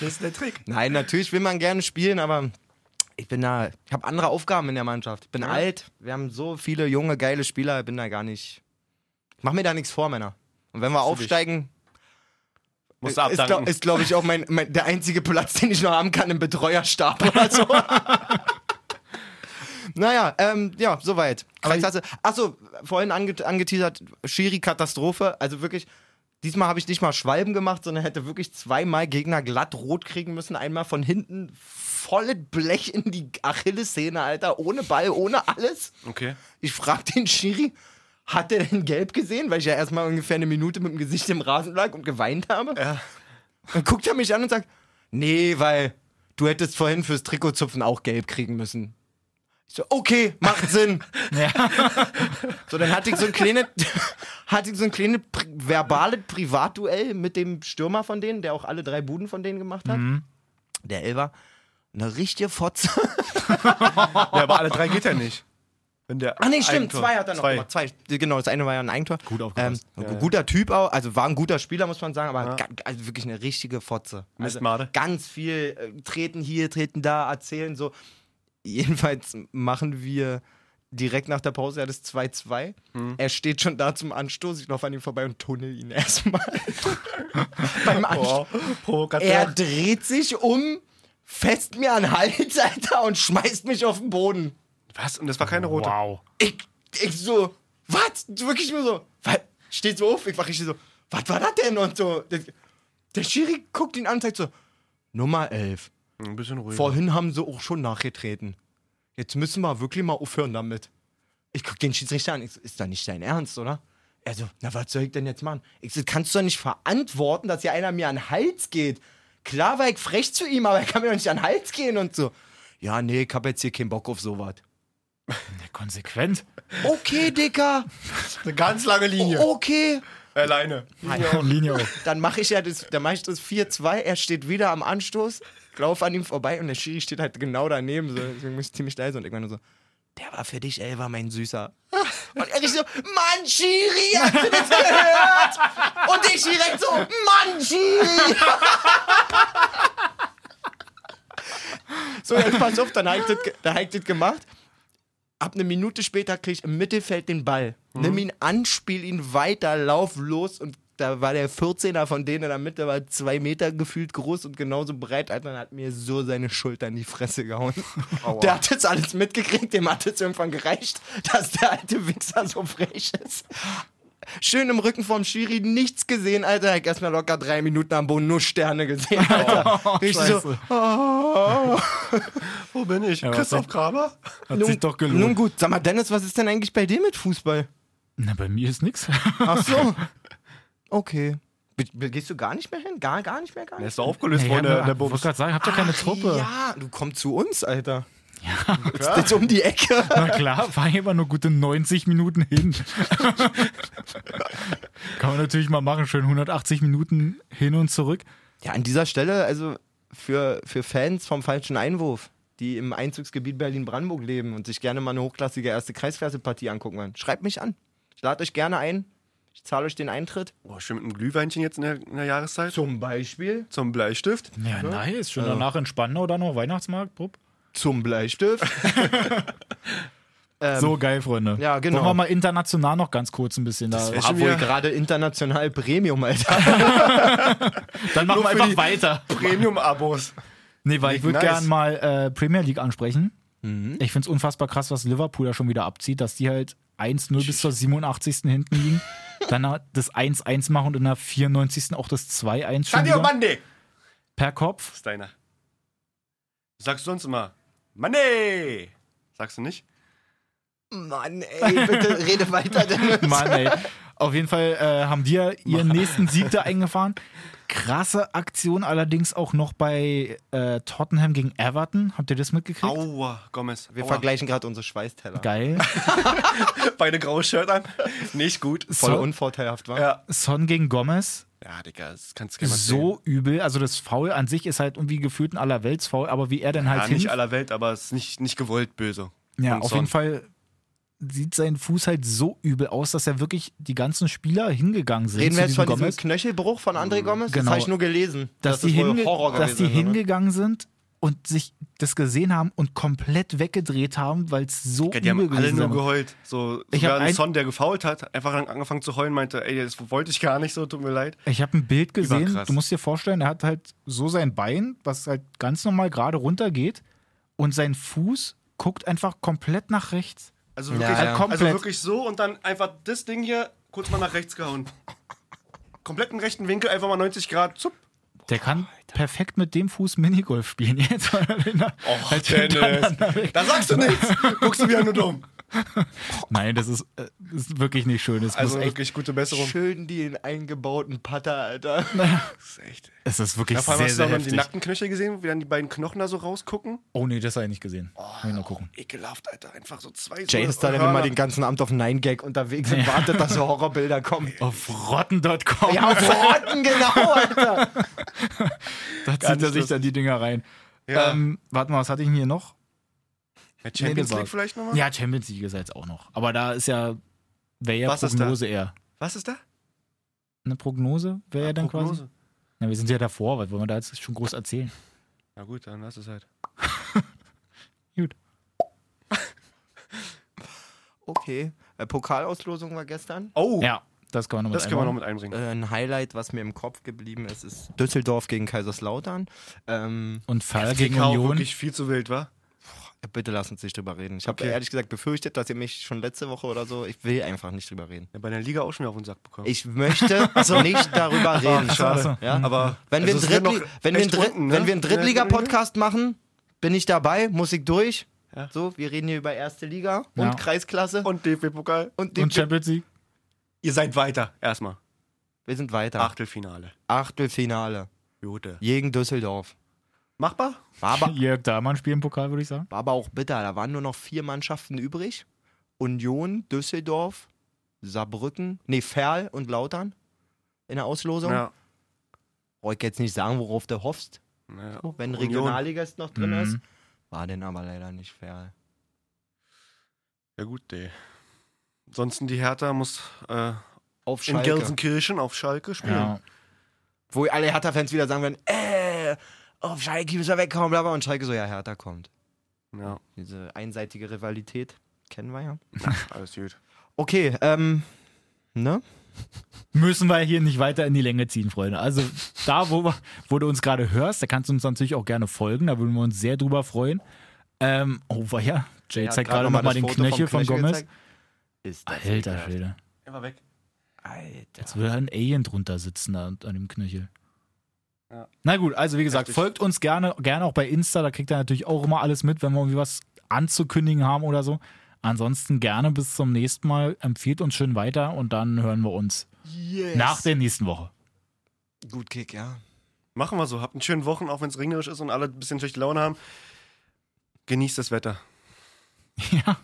Speaker 2: Das ist der Trick.
Speaker 3: Nein, natürlich will man gerne spielen, aber ich bin da, ich habe andere Aufgaben in der Mannschaft. Ich bin alt, wir haben so viele junge, geile Spieler, ich bin da gar nicht. Ich mach mir da nichts vor, Männer. Und wenn wir aufsteigen,
Speaker 2: Musst du
Speaker 3: ist,
Speaker 2: abdanken.
Speaker 3: glaub- ist glaube ich, auch mein, mein, der einzige Platz, den ich noch haben kann im Betreuerstab oder so. naja, ähm, ja, soweit. Kreisklasse. Achso, vorhin ange angeteasert, Schiri-Katastrophe. Also wirklich, diesmal habe ich nicht mal Schwalben gemacht, sondern hätte wirklich zweimal Gegner glatt rot kriegen müssen. Einmal von hinten volles Blech in die Achillessehne, Alter. Ohne Ball, ohne alles.
Speaker 2: okay.
Speaker 3: Ich frag den Schiri, hat er denn gelb gesehen? Weil ich ja erstmal ungefähr eine Minute mit dem Gesicht im Rasen lag und geweint habe. Dann guckt er mich an und sagt, nee, weil du hättest vorhin fürs Trikotzupfen auch gelb kriegen müssen. Ich so, okay, macht Sinn. *laughs* So, dann hatte ich so ein kleines, *laughs* hatte ich so ein kleines pri verbales Privatduell mit dem Stürmer von denen, der auch alle drei Buden von denen gemacht hat. Der Elber, eine richtige Fotze.
Speaker 2: Ja, aber alle drei geht ja nicht. Wenn der
Speaker 3: Ah nee, stimmt,
Speaker 2: Eigentor-
Speaker 3: zwei hat er noch
Speaker 2: Zwei.
Speaker 3: gemacht. Zwei. Genau, das eine war ja ein Eigentor.
Speaker 4: Gut aufgepasst.
Speaker 3: Ähm, guter Typ auch, also war ein guter Spieler, muss man sagen, aber ga- also wirklich eine richtige Fotze. Also
Speaker 2: Mistmade.
Speaker 3: ganz viel äh, treten hier, treten da, erzählen so. Jedenfalls machen wir direkt nach der Pause hat es 2-2. Er steht schon da zum Anstoß. Ich laufe an ihm vorbei und tunnel ihn erstmal. Beim Anstoß. Er dreht sich um, fest mir an den Hals, Alter, und schmeißt mich auf den Boden.
Speaker 2: Was? Und das war keine rote.
Speaker 4: Wow.
Speaker 3: Ich, ich so, was? Wirklich nur so, was? Steht so auf, ich wach richtig so, was war das denn? Und so, der, der Schiri guckt ihn an und sagt so, Nummer 11.
Speaker 2: Hm, Ein bisschen ruhig.
Speaker 3: Vorhin haben sie auch schon nachgetreten. Jetzt müssen wir wirklich mal aufhören damit. Ich guck den Schiedsrichter an. Ich so, ist da nicht dein Ernst, oder? Er so, na, was soll ich denn jetzt machen? Ich so, kannst du doch nicht verantworten, dass hier einer mir an den Hals geht. Klar war ich frech zu ihm, aber er kann mir doch nicht an den Hals gehen und so. Ja, nee, ich hab jetzt hier keinen Bock auf sowas.
Speaker 4: Konsequent.
Speaker 3: Okay, Dicker.
Speaker 2: Eine ganz lange Linie.
Speaker 3: Okay.
Speaker 2: Oh, Alleine.
Speaker 4: Linie auf.
Speaker 3: Dann mache ich ja das, dann mache ich das 4-2, er steht wieder am Anstoß, laufe an ihm vorbei und der Schiri steht halt genau daneben, so. deswegen muss ich ziemlich leise und irgendwann nur so, der war für dich, Elva, mein Süßer. Und er so, Mann, Schiri, hast du das gehört? Und ich direkt so, Mann, Schiri. So, jetzt pass auf, dann habe ich, das ge- dann hab ich das gemacht. Ab eine Minute später kriege ich im Mittelfeld den Ball. Nimm ihn an, spiel ihn weiter, lauf los und da war der 14er von denen in der Mitte, war zwei Meter gefühlt groß und genauso breit, Alter, und hat mir so seine Schulter in die Fresse gehauen. Der hat jetzt alles mitgekriegt, dem hat jetzt irgendwann gereicht, dass der alte Wichser so frech ist. Schön im Rücken vom Schiri, nichts gesehen, Alter. Ich hab erstmal locker drei Minuten am Boden, nur Sterne gesehen, Alter. Richtig so,
Speaker 4: scheiße.
Speaker 3: oh.
Speaker 2: Wo bin ich? Christoph Kramer?
Speaker 4: Hat
Speaker 3: Nun-
Speaker 4: sich doch
Speaker 3: Nun
Speaker 4: gelohnt.
Speaker 3: gut, sag mal, Dennis, was ist denn eigentlich bei dir mit Fußball?
Speaker 4: Na, bei mir ist nix.
Speaker 3: Ach so. *laughs* Okay. Be be- gehst du gar nicht mehr hin? Gar, gar nicht mehr, gar
Speaker 2: Er
Speaker 3: nicht?
Speaker 2: ist
Speaker 4: *laughs*
Speaker 2: doch aufgelöst worden, der, der Bums.
Speaker 4: gerade sagen, habt ihr keine Truppe?
Speaker 3: Ja, du kommst zu uns, Alter. Ja. Ist jetzt um die Ecke.
Speaker 4: Na klar, fahren immer nur gute 90 Minuten hin. *laughs* Kann man natürlich mal machen, schön 180 Minuten hin und zurück.
Speaker 3: Ja, an dieser Stelle, also für, für Fans vom falschen Einwurf, die im Einzugsgebiet Berlin-Brandenburg leben und sich gerne mal eine hochklassige erste Kreisklasse-Partie angucken wollen, schreibt mich an. Ich lade euch gerne ein. Ich zahle euch den Eintritt.
Speaker 2: Oh, schön mit einem Glühweinchen jetzt in der, in der Jahreszeit.
Speaker 3: Zum Beispiel?
Speaker 2: Zum Bleistift.
Speaker 4: Ja, nice. Schon danach in Spandau dann noch Weihnachtsmarkt, Bub.
Speaker 3: Zum Bleistift.
Speaker 4: so geil, Freunde.
Speaker 3: ja, genau.
Speaker 4: Wollen wir mal international noch ganz kurz ein bisschen da.
Speaker 2: wär-
Speaker 3: *laughs* Obwohl
Speaker 2: wieder-
Speaker 3: gerade international Premium, Alter.
Speaker 4: Dann machen wir
Speaker 2: für
Speaker 4: einfach
Speaker 2: die-
Speaker 4: weiter.
Speaker 2: Premium-Abos.
Speaker 4: Nee, weil ich würde
Speaker 2: Nice. Mhm.
Speaker 4: gern mal äh, Premier League ansprechen. Ich finde es unfassbar krass, was Liverpool da schon wieder abzieht, dass die halt 1-0 bis zur 87. hinten
Speaker 2: *laughs*
Speaker 4: liegen, dann das 1-1 machen und in der 94. auch das 2-1 schon
Speaker 2: Sadio
Speaker 4: wieder
Speaker 2: Mande.
Speaker 4: per Kopf.
Speaker 2: Ist deiner. Sagst du sonst immer Mande. Sagst du nicht?
Speaker 3: Mann, ey,
Speaker 4: *laughs*
Speaker 3: bitte rede weiter, Dennis.
Speaker 4: Mann, ey. Auf jeden Fall äh, haben die ja ihren nächsten Sieg
Speaker 2: *laughs*
Speaker 4: da eingefahren. Krasse Aktion allerdings auch noch bei äh, Tottenham gegen Everton. Habt ihr das mitgekriegt?
Speaker 2: Aua, Gomez.
Speaker 3: Wir
Speaker 2: Aua.
Speaker 3: vergleichen gerade unsere Schweißteller.
Speaker 4: Geil.
Speaker 2: Beide graue Shirt an.
Speaker 3: *laughs*
Speaker 2: Nicht gut.
Speaker 3: Voll
Speaker 4: So-
Speaker 3: unvorteilhaft, war.
Speaker 2: Ja.
Speaker 4: Son gegen Gomez.
Speaker 2: Ja, Digga, das kannst du gerne
Speaker 4: so übel. Also das Foul an sich ist halt irgendwie gefühlt ein allerwelts Foul, aber wie er dann halt
Speaker 2: Ja,
Speaker 4: hin.
Speaker 2: nicht aller Welt, aber es ist nicht, nicht gewollt böse.
Speaker 4: ja,
Speaker 2: Und
Speaker 4: auf
Speaker 2: Son.
Speaker 4: jeden Fall sieht sein Fuß halt so übel aus, dass er wirklich die ganzen Spieler hingegangen sind.
Speaker 3: Reden
Speaker 4: zu
Speaker 3: wir jetzt
Speaker 4: diesem
Speaker 3: von diesem
Speaker 4: Gomez,
Speaker 3: Knöchelbruch von André Gomez? Das
Speaker 4: genau.
Speaker 3: habe ich nur gelesen.
Speaker 4: dass die,
Speaker 3: ist wohl ne?
Speaker 4: hinge
Speaker 3: Horror
Speaker 4: dass
Speaker 3: gewesen,
Speaker 4: die
Speaker 2: ne?
Speaker 3: oder?
Speaker 4: hingegangen sind und sich das gesehen haben und komplett weggedreht haben, weil es so
Speaker 2: Ja, die
Speaker 4: übel
Speaker 2: haben alle
Speaker 4: gewesen
Speaker 2: nur
Speaker 4: ist.
Speaker 2: geheult. So,
Speaker 4: Ich
Speaker 2: sogar
Speaker 4: hab
Speaker 2: ein
Speaker 4: ein-
Speaker 2: Son, der gefault hat, einfach an- angefangen zu heulen, meinte, ey, das wollte ich gar nicht so, tut mir leid.
Speaker 4: Ich habe ein Bild gesehen,
Speaker 2: Überkrass.
Speaker 4: du musst dir vorstellen, er hat halt so sein Bein, was halt ganz normal gerade runter geht und sein Fuß guckt einfach komplett nach rechts.
Speaker 2: Also wirklich,
Speaker 3: Ja, ja.
Speaker 2: Also
Speaker 4: Komplett.
Speaker 2: wirklich so und dann einfach das Ding hier kurz mal nach rechts gehauen. Kompletten rechten Winkel, einfach mal 90 Grad. Zupp.
Speaker 4: Der kann perfekt mit dem Fuß Minigolf spielen *laughs* jetzt.
Speaker 2: Och, Dennis. Halt Da sagst *laughs* du nichts. Guckst du wieder nur dumm.
Speaker 4: Nein, das ist, äh, das ist wirklich nicht schön. Es,
Speaker 2: Also
Speaker 4: muss echt,
Speaker 2: wirklich gute Besserung.
Speaker 3: Schön den eingebauten Putter, Alter.
Speaker 2: Das ist echt.
Speaker 4: es ist wirklich
Speaker 2: Ja, vor allem
Speaker 4: sehr,
Speaker 2: hast du
Speaker 4: sehr
Speaker 2: auch noch die
Speaker 4: heftig.
Speaker 2: nackten Knöchel gesehen, wie dann die beiden Knochen da so rausgucken.
Speaker 4: Oh nee, das habe ich nicht gesehen. Muss ich noch gucken.
Speaker 2: Ekelhaft, Alter. Einfach so zwei
Speaker 3: Jay ist da dann immer den ganzen Abend auf Nein-Gag unterwegs und wartet, dass so Horrorbilder kommen.
Speaker 4: Auf
Speaker 3: *laughs*
Speaker 4: rotten.com,
Speaker 3: Ja,
Speaker 2: *laughs*
Speaker 3: auf Rotten, genau, Alter.
Speaker 4: da zieht er sich dann die Dinger rein.
Speaker 2: Ja.
Speaker 4: Ähm, warte mal, was hatte ich denn hier noch?
Speaker 2: Champions
Speaker 4: Nee, das
Speaker 2: League
Speaker 4: war-
Speaker 2: vielleicht nochmal?
Speaker 4: Ja, Champions League ist jetzt auch noch. Aber da ist ja, wäre ja
Speaker 2: Was ist da?
Speaker 4: Prognose eher.
Speaker 2: Was ist da?
Speaker 4: Eine Prognose wäre ja, dann quasi.
Speaker 2: Prognose.
Speaker 4: Na, wir sind ja davor, was wollen wir da jetzt schon groß erzählen?
Speaker 2: Na gut, dann lass es halt.
Speaker 4: Gut.
Speaker 3: okay. Äh, Pokalauslosung war gestern.
Speaker 2: Oh,
Speaker 4: Ja, das kann man noch mit
Speaker 2: das können wir noch
Speaker 4: einbauen.
Speaker 2: mit einbringen.
Speaker 3: Äh, ein Highlight, was mir im Kopf geblieben ist, ist Düsseldorf gegen Kaiserslautern. Ähm,
Speaker 4: Und Fall gegen
Speaker 2: TK
Speaker 4: Union.
Speaker 2: wirklich viel zu wild, war.
Speaker 3: bitte lasst uns nicht drüber reden. Ich habe
Speaker 2: Okay.
Speaker 3: ehrlich gesagt befürchtet, dass ihr mich schon letzte Woche oder so, ich will einfach nicht drüber reden.
Speaker 2: Ja, bei der Liga auch schon wieder auf den Sack bekommen. Ah,
Speaker 3: Ich
Speaker 2: *laughs*
Speaker 3: möchte
Speaker 2: Also,
Speaker 3: nicht darüber reden.
Speaker 4: schade.
Speaker 3: Ja?
Speaker 2: aber
Speaker 3: Wenn wir,
Speaker 2: also
Speaker 3: einen
Speaker 2: es wird
Speaker 3: Drittli-
Speaker 2: noch
Speaker 3: wenn, wir einen
Speaker 2: echt
Speaker 3: Dritt-
Speaker 2: unten, ne?
Speaker 3: wenn wir einen
Speaker 2: In der dritten
Speaker 3: Drittliga-Podcast machen, bin ich dabei, muss ich durch.
Speaker 2: Ja.
Speaker 3: So, wir reden hier über erste Liga
Speaker 4: Ja.
Speaker 3: und Kreisklasse
Speaker 2: Liga. Und DFB-Pokal.
Speaker 3: und,
Speaker 4: Und Champions League.
Speaker 2: Ihr seid weiter, erstmal.
Speaker 3: wir sind weiter.
Speaker 2: Achtelfinale.
Speaker 3: Achtelfinale
Speaker 2: Jute.
Speaker 3: gegen Düsseldorf.
Speaker 2: Machbar?
Speaker 3: War aber,
Speaker 4: Jörg Dahmann spielen Pokal, würde ich sagen.
Speaker 3: war aber auch bitter. Da waren nur noch vier Mannschaften übrig. Union, Düsseldorf, Saarbrücken, nee, Ferl und Lautern in der Auslosung.
Speaker 2: Ja.
Speaker 3: Wollte jetzt nicht sagen, worauf du hoffst,
Speaker 2: Naja.
Speaker 3: wenn
Speaker 2: Union.
Speaker 3: Regionalligist noch drin
Speaker 4: Mhm.
Speaker 3: ist. War denn aber leider nicht Ferl.
Speaker 2: Ja, gut, ey. Ansonsten die Hertha muss äh,
Speaker 3: Auf
Speaker 2: in
Speaker 3: Schalke.
Speaker 2: Gelsenkirchen auf Schalke spielen.
Speaker 4: Ja.
Speaker 3: wo alle Hertha-Fans wieder sagen werden, äh, auf Schalke müssen wir wegkommen, bla bla. Und Schalke so, ja, Hertha kommt.
Speaker 2: ja.
Speaker 3: Diese einseitige Rivalität kennen wir ja.
Speaker 2: Alles gut.
Speaker 3: Okay, ähm, ne?
Speaker 4: Müssen wir hier nicht weiter in die Länge ziehen, Freunde. Also da, wo, wir, wo du uns gerade hörst, da kannst du uns natürlich auch gerne folgen. Da würden wir uns sehr drüber freuen. Ähm, oh, war ja. Jay
Speaker 3: Er hat
Speaker 4: zeigt
Speaker 3: grad
Speaker 4: gerade
Speaker 3: noch mal
Speaker 4: nochmal
Speaker 3: das Foto vom
Speaker 4: den Knöchel von
Speaker 3: Knöchel
Speaker 4: Gomez.
Speaker 3: gezeigt. Ist das
Speaker 4: Alter
Speaker 3: ekelhaft.
Speaker 4: Schwede.
Speaker 2: Er war weg.
Speaker 3: Alter.
Speaker 4: Jetzt würde ein Alien drunter sitzen da, an dem Knöchel.
Speaker 2: Ja.
Speaker 4: Na gut, also wie gesagt,
Speaker 2: Heftig.
Speaker 4: folgt uns gerne, gerne auch bei Insta, da kriegt ihr natürlich auch immer alles mit, wenn wir irgendwie was anzukündigen haben oder so. Ansonsten gerne bis zum nächsten Mal. Empfiehlt uns schön weiter und dann hören wir uns
Speaker 3: Yes.
Speaker 4: nach der nächsten Woche. *laughs*
Speaker 3: Gut Kick, ja.
Speaker 2: Machen wir so. Habt einen schönen Wochen, auch wenn es regnerisch ist und alle ein bisschen schlechte Laune haben. Genießt das Wetter.
Speaker 4: ja,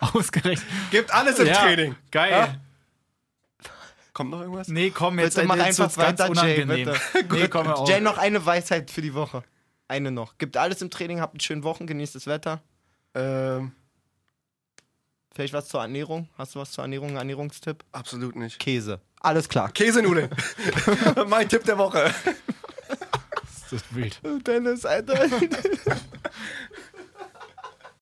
Speaker 4: ausgerechnet.
Speaker 2: Gebt alles im
Speaker 4: Ja,
Speaker 2: Training.
Speaker 4: Geil.
Speaker 2: Ja? Kommt noch irgendwas?
Speaker 4: Nee, komm, jetzt
Speaker 3: Bitte mach
Speaker 4: jetzt
Speaker 3: einfach
Speaker 4: wird's ganz
Speaker 3: weiter, Jay,
Speaker 4: unangenehm.
Speaker 3: bitte.
Speaker 4: Nee, komm, hör auf.
Speaker 3: Jay, noch eine Weisheit für die Woche. Eine noch. Gibt alles im Training, habt einen schönen Wochen, genießt das Wetter.
Speaker 2: Ähm,
Speaker 3: Vielleicht was zur Ernährung? Hast du was zur Ernährung, einen Ernährungstipp?
Speaker 2: absolut nicht.
Speaker 3: Käse. Alles klar.
Speaker 2: *laughs* Käsenudeln. mein Tipp der Woche.
Speaker 4: Das ist wild.
Speaker 3: *laughs* Dennis, Alter.